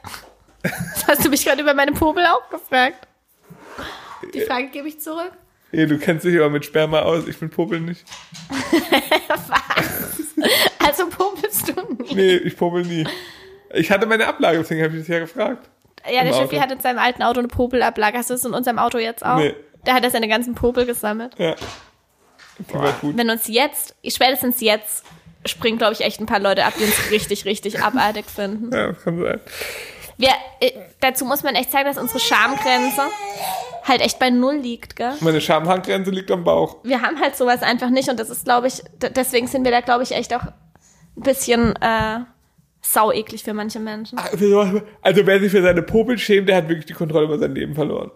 Das hast du mich gerade über meine Popel auch gefragt. Die Frage gebe ich zurück.
Hey, du kennst dich aber mit Sperma aus, ich bin Popel nicht.
Also popelst du nie.
Nee, ich popel nie. Ich hatte meine Ablage, deswegen habe ich das ja gefragt.
Ja, der
Im
Schiffi
Auto.
hat in seinem alten Auto eine Popelablage. Hast du das in unserem Auto jetzt auch?
Nee.
Da hat er seine ganzen Popel gesammelt.
Ja. Die war gut.
Wenn uns jetzt, spätestens jetzt, springen, glaube ich, echt ein paar Leute ab, die uns richtig, richtig abartig finden.
Ja, das kann sein.
Wir, äh, dazu muss man echt sagen, dass unsere Schamgrenze halt echt bei Null liegt, gell?
Meine Schamhandgrenze liegt am Bauch.
Wir haben halt sowas einfach nicht und das ist, glaube ich, d- deswegen sind wir da, glaube ich, echt auch ein bisschen äh, saueklig für manche Menschen.
Also wer sich für seine Popel schämt, der hat wirklich die Kontrolle über sein Leben verloren.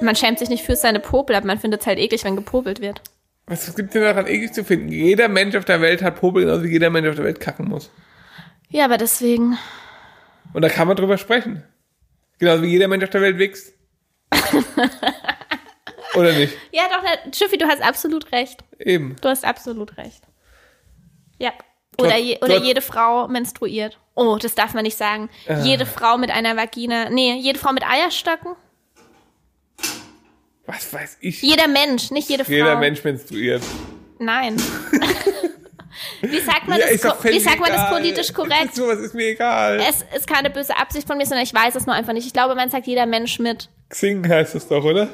Man schämt sich nicht für seine Popel, aber man findet es halt eklig, wenn gepopelt wird.
Was gibt denn daran eklig zu finden? Jeder Mensch auf der Welt hat Popel, genauso wie jeder Mensch auf der Welt kacken muss.
Ja, aber deswegen.
Und da kann man drüber sprechen. Genauso wie jeder Mensch auf der Welt wächst. Oder nicht?
Ja, doch, ne, Schiffi, du hast absolut recht.
Eben.
Du hast absolut recht. Ja. Oder, je, oder
trotz-
jede Frau menstruiert. Oh, das darf man nicht sagen.
Äh.
Jede Frau mit einer Vagina. Nee, jede Frau mit Eierstöcken.
Was weiß ich?
Jeder Mensch, nicht jede Frau.
Jeder Mensch menstruiert.
Nein. wie sagt man,
Ja,
das,
ist doch
ko- wie
völlig
sagt man das
egal.
politisch korrekt?
So was ist mir egal.
Es ist keine böse Absicht von mir, sondern ich weiß es nur einfach nicht. Ich glaube, man sagt jeder Mensch mit.
Xing heißt es doch, oder?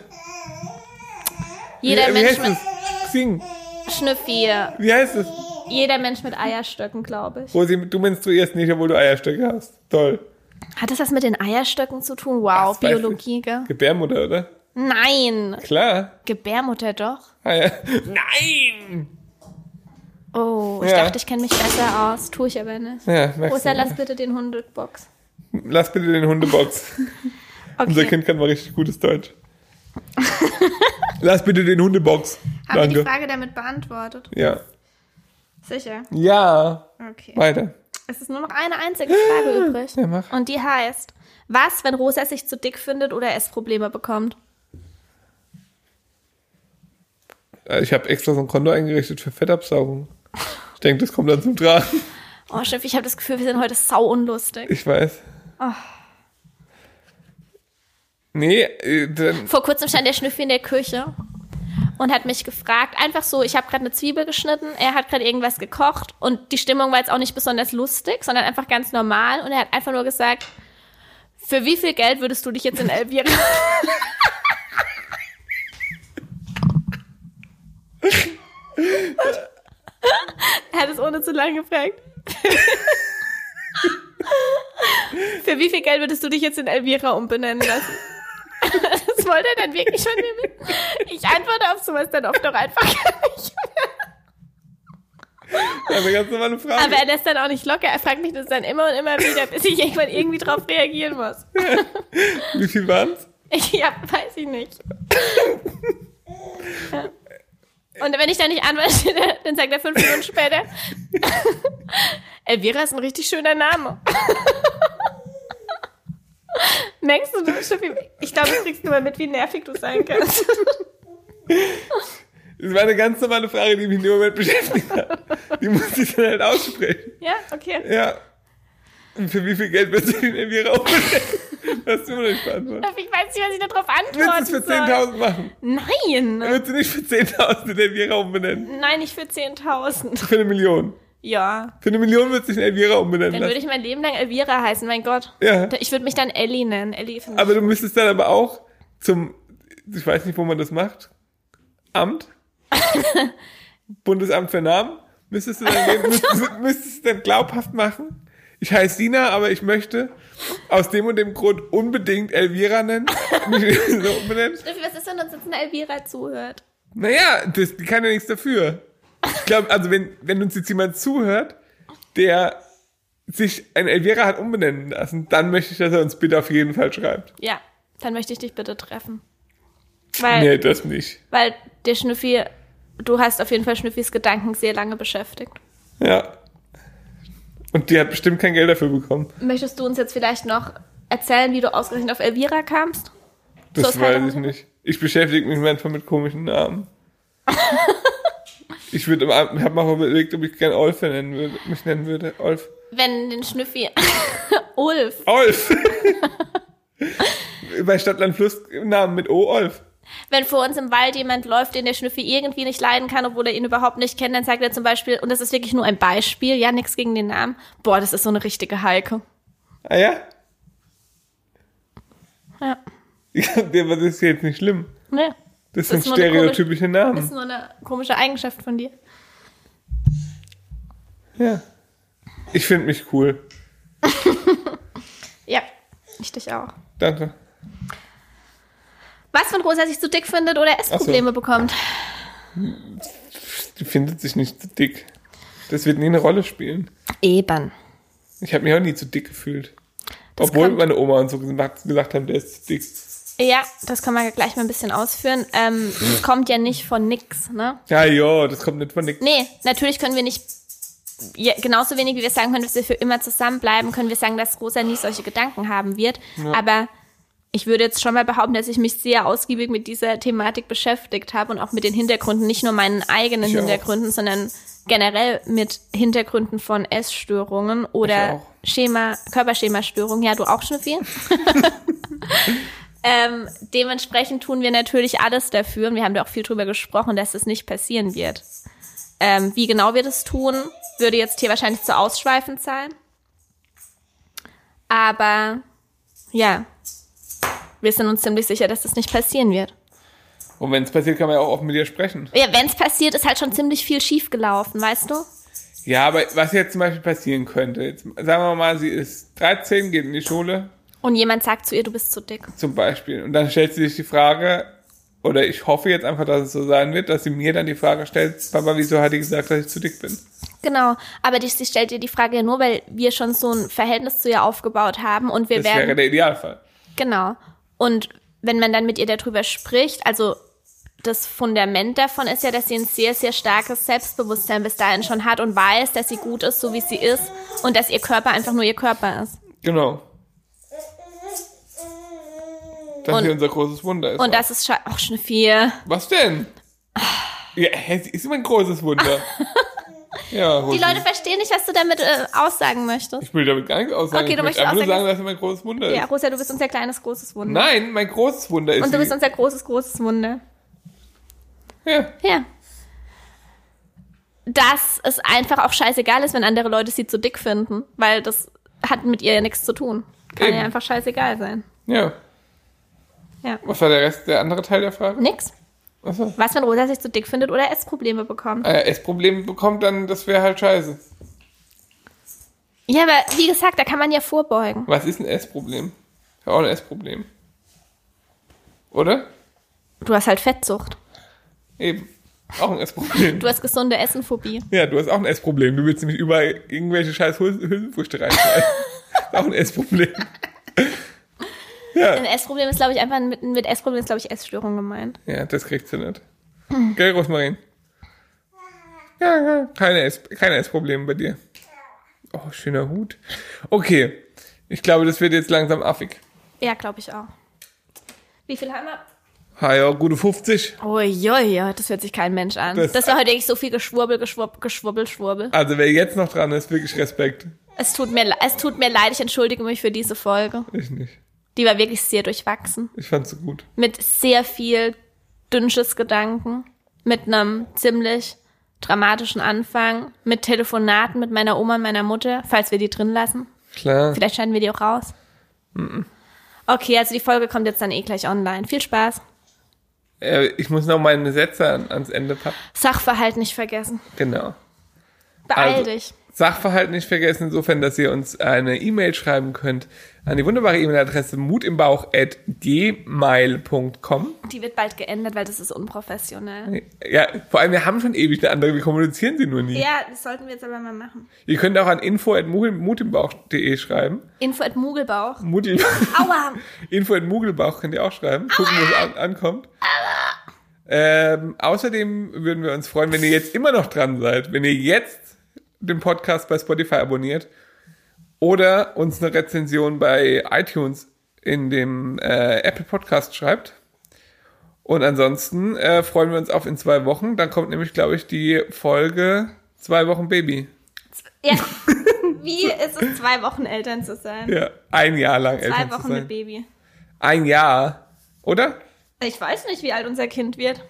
Jeder
wie, wie
Mensch
heißt
mit
es? Xing.
Schnüffi.
Wie heißt es?
Jeder Mensch mit Eierstöcken, glaube ich.
Rosi, du menstruierst nicht, obwohl du Eierstöcke hast. Toll.
Hat das was mit den Eierstöcken zu tun? Wow,
weiß
Biologie, gell?
Gebärmutter, oder?
Nein.
Klar. Ah,
Gebärmutter doch.
Eier. Nein!
Oh, ich
Ja.
dachte, ich kenne mich besser aus. Tue ich aber nicht.
Ja, merkst
Rosa,
du.
lass bitte den Hundebox.
Lass bitte den Hundebox. Unser
Okay.
Kind kann mal richtig gutes Deutsch. Lass bitte den Hundebox.
Haben wir die
Danke.
Frage damit beantwortet?
Ja.
Sicher.
Ja.
Okay.
Weiter.
Es ist nur noch eine einzige Frage übrig.
Ja, mach.
Und die heißt, was, wenn Rosa sich zu dick findet oder Essprobleme bekommt?
Äh, Ich habe extra so ein Konto eingerichtet für Fettabsaugung. Ich denke, das kommt dann zum Tragen.
Oh, Schiff, ich habe das Gefühl, wir sind heute sau unlustig.
Ich weiß.
Ah.
Nee, äh, dann,
Vor kurzem stand der Schnüffi in der Küche und hat mich gefragt, einfach so, ich habe gerade eine Zwiebel geschnitten, er hat gerade irgendwas gekocht und die Stimmung war jetzt auch nicht besonders lustig, sondern einfach ganz normal und er hat einfach nur gesagt, für wie viel Geld würdest du dich jetzt in Elvira... er hat es ohne zu lange gefragt. für wie viel Geld würdest du dich jetzt in Elvira umbenennen lassen? Das wollte er dann wirklich von mir wissen. Ich antworte auf sowas dann oft auch einfach gar nicht.
also ganz normale Frage.
Aber er lässt dann auch nicht locker. Er fragt mich das dann immer und immer wieder, bis ich irgendwann irgendwie drauf reagieren muss.
Wie viel waren's?
Ich ja, weiß ich nicht. Ja. Und wenn ich dann nicht antworte, dann sagt er fünf Minuten später, Elvira ist ein richtig schöner Name. Merkst du das, Schiffi? Ich glaube, du kriegst nur mal mit, wie nervig du sein kannst.
Das war eine ganz normale Frage, die mich in dem Moment beschäftigt hat. Die muss ich dann halt aussprechen.
Ja, okay.
Ja. Und für wie viel Geld willst du den Elvira aufstellen? Das hast du mir nicht beantwortet.
Ich weiß nicht, was ich darauf antworten
Willst du es für 10.000 machen?
soll. Nein,
Willst du nicht für 10.000 den Elvira umbenennen?
nein, nicht für 10.000.
Für eine Million.
Ja,
Für eine Million willst du den Elvira umbenennen
dann würde
lassen.
ich mein Leben lang Elvira heißen, mein Gott.
Ja.
Ich würde mich dann Ellie nennen. Ellie finde
Aber du müsstest dann aber auch zum, ich weiß nicht, wo man das macht, Amt, Bundesamt für Namen, müsstest du dann, müsstest, müsstest du dann glaubhaft machen. Ich heiße Sina, aber ich möchte aus dem und dem Grund unbedingt Elvira nennen. Mich so umbenennen.
ich. Was ist, wenn uns jetzt eine Elvira zuhört?
Naja, das, die kann ja nichts dafür. Ich glaube, also wenn, wenn uns jetzt jemand zuhört, der sich ein Elvira hat umbenennen lassen, dann möchte ich, dass er uns bitte auf jeden Fall schreibt.
Ja, dann möchte ich dich bitte treffen. Weil,
Nee, das nicht.
weil der Schnüffi, du hast auf jeden Fall Schnüffis Gedanken sehr lange beschäftigt.
Ja. Und die hat bestimmt kein Geld dafür bekommen.
Möchtest du uns jetzt vielleicht noch erzählen, wie du ausgerechnet auf Elvira kamst? So
Das
ist
weiß
keine
ich
Ahnung.
nicht. Ich beschäftige mich manchmal mit komischen Namen. ich würde am Abend, habe mal überlegt, ob ich gern Olf nennen würde, mich nennen würde. Olf.
Wenn den Schnüffi Ulf
Olf! Bei Stadtland Fluss Namen mit O Olf.
wenn vor uns im Wald jemand läuft, den der Schnüffi irgendwie nicht leiden kann, obwohl er ihn überhaupt nicht kennt, dann sagt er zum Beispiel, und das ist wirklich nur ein Beispiel, ja, nix gegen den Namen, boah, das ist so eine richtige Heike.
Ah ja?
Ja.
Der was ist jetzt nicht schlimm.
Ne?
Das,
Das ist
sind
nur eine komische-
stereotypische
Das
Namen.
ist nur eine komische Eigenschaft von dir.
Ja. Ich finde mich cool.
Ja, ich dich auch.
Danke.
Was, wenn Rosa sich zu dick findet oder Essprobleme
Ach so.
bekommt?
Die findet sich nicht zu dick. Das wird nie eine Rolle spielen.
Eben.
Ich habe mich auch nie zu dick gefühlt.
Das
Obwohl
kommt-
meine Oma und so gesagt gesagt haben, der ist zu dick.
Ja, das kann man ja gleich mal ein bisschen ausführen. Ähm, es kommt ja nicht von nix, ne?
Ja, jo, das kommt nicht von nichts.
Nee, natürlich können wir nicht, ja, genauso wenig wie wir sagen können, dass wir für immer zusammenbleiben, können wir sagen, dass Rosa nie solche Gedanken haben wird. Aber ich würde jetzt schon mal behaupten, dass ich mich sehr ausgiebig mit dieser Thematik beschäftigt habe und auch mit den Hintergründen, nicht nur meinen eigenen
Ich auch.
Hintergründen, sondern generell mit Hintergründen von Essstörungen
Ich
oder
auch.
Schema, Körperschemastörungen. Ja, du auch schon viel? Ähm, dementsprechend tun wir natürlich alles dafür und wir haben da auch viel drüber gesprochen, dass das nicht passieren wird. Ähm, wie genau wir das tun, würde jetzt hier wahrscheinlich zu ausschweifend sein. Aber ja, wir sind uns ziemlich sicher, dass das nicht passieren wird.
Und wenn es passiert, kann man ja auch offen mit ihr sprechen.
Ja, Wenn es passiert, ist halt schon ziemlich viel schiefgelaufen, weißt du?
Ja, aber was jetzt zum Beispiel passieren könnte, jetzt, sagen wir mal, sie ist 13, geht in die Schule
Und jemand sagt zu ihr, du bist zu dick.
zum Beispiel. Und dann stellt sie sich die Frage, oder ich hoffe jetzt einfach, dass es so sein wird, dass sie mir dann die Frage stellt, Papa, wieso hat die gesagt, dass ich zu dick bin?
Genau, aber die, sie stellt dir die Frage ja nur, weil wir schon so ein Verhältnis zu ihr aufgebaut haben und wir
Das
werden
wäre der Idealfall.
Genau. Und wenn man dann mit ihr darüber spricht, also das Fundament davon ist ja, dass sie ein sehr, sehr starkes Selbstbewusstsein bis dahin schon hat und weiß, dass sie gut ist, so wie sie ist und dass ihr Körper einfach nur ihr Körper ist.
Genau. Das
Und-
hier unser großes Wunder ist.
Und das ist scha- auch schon viel.
Was denn? Ja, hä, sie ist immer ein großes Wunder. ja,
Die
Rosi.
Leute verstehen nicht, was du damit äh, aussagen möchtest.
Ich will damit gar nichts aussagen.
Okay,
ich
du möchtest
möchte einfach nur
aussagen,
sagen, dass sie mein großes Wunder
Ja,
ist.
Rosa, du bist unser kleines, großes Wunder.
Nein, mein großes Wunder ist
Und du
sie.
bist unser großes, großes Wunder.
ja.
Ja. Dass es einfach auch scheißegal ist, wenn andere Leute sie zu dick finden, weil das hat mit ihr ja nichts zu tun. Kann
Eben.
ja einfach scheißegal sein.
ja.
Ja.
Was war der Rest, der andere Teil der Frage?
Nix.
Achso.
Was, wenn Rosa sich zu dick findet oder Essprobleme bekommt?
Äh, Essprobleme bekommt, dann das wäre halt scheiße.
Ja, aber wie gesagt, da kann man ja vorbeugen.
Was ist ein Essproblem? Ist Auch ein Essproblem. Oder?
Du hast halt Fettsucht.
Eben. Auch ein Essproblem.
Du hast gesunde Essenphobie.
Ja, du hast auch ein Essproblem. Du willst nämlich überall irgendwelche scheiß Hülsen- Hülsenfrüchte reinschneiden. Ist auch ein Essproblem.
Ein Essproblem ist, glaube ich, einfach mit, mit Essproblem ist, glaube ich, Essstörung gemeint.
Ja, das kriegst du nicht. Gell, Rosmarin? Ja, ja, keine, Ess keine Essprobleme bei dir. Oh, schöner Hut. Okay, ich glaube, das wird jetzt langsam affig.
Ja, glaube ich auch. Wie viel haben wir?
Ha, ja, gute 50.
Oh ja, das hört sich kein Mensch an.
Das-
Das, war heute echt so viel Geschwurbel, Geschwurb, Geschwurbel, Schwurbel.
Also, wer jetzt noch dran ist, wirklich Respekt.
Es tut mir, le- es tut mir leid, ich entschuldige mich für diese Folge.
Ich nicht.
Die war wirklich sehr durchwachsen.
Ich fand's so gut.
Mit sehr viel dünnsches Gedanken. Mit einem ziemlich dramatischen Anfang. Mit Telefonaten mit meiner Oma und meiner Mutter, falls wir die drin lassen.
Klar.
Vielleicht schneiden wir die auch raus. Okay, also die Folge kommt jetzt dann eh gleich online. Viel Spaß.
Äh, ich muss noch meine Sätze an, ans Ende packen.
Sachverhalt nicht vergessen.
Genau.
Beeil
Also-
dich.
Sachverhalt nicht vergessen, insofern, dass ihr uns eine E-Mail schreiben könnt an die wunderbare E-Mail-Adresse mutimbauch.gmail.com.
Die wird bald geändert, weil das ist unprofessionell.
Ja, vor allem, wir haben schon ewig eine andere, wir kommunizieren sie nur nie.
Ja, das sollten wir jetzt aber mal machen.
Ihr könnt auch an info.mutimbauch.de schreiben.
Info at Mugelbauch.
Muti
Aua!
Info at Mugelbauch könnt ihr auch schreiben. Gucken, wo es an, ankommt. Ähm, außerdem würden wir uns freuen, wenn ihr jetzt immer noch dran seid, wenn ihr jetzt den Podcast bei Spotify abonniert oder uns eine Rezension bei iTunes in dem äh, Apple Podcast schreibt. Und ansonsten äh, freuen wir uns auf in zwei Wochen. Dann kommt nämlich, glaube ich, die Folge zwei Wochen Baby.
Ja. Wie ist es, zwei Wochen Eltern zu sein?
Ja, ein Jahr lang
zwei
Eltern
Wochen
zu sein.
mit Baby.
Ein Jahr, oder?
Ich weiß nicht, wie alt unser Kind wird.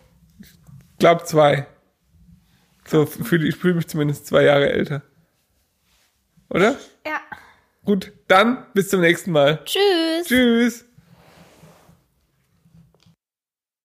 Glaub zwei. So fühle ich fühle mich zumindest zwei Jahre älter. Oder?
Ja.
Gut, dann bis zum nächsten Mal.
Tschüss.
Tschüss.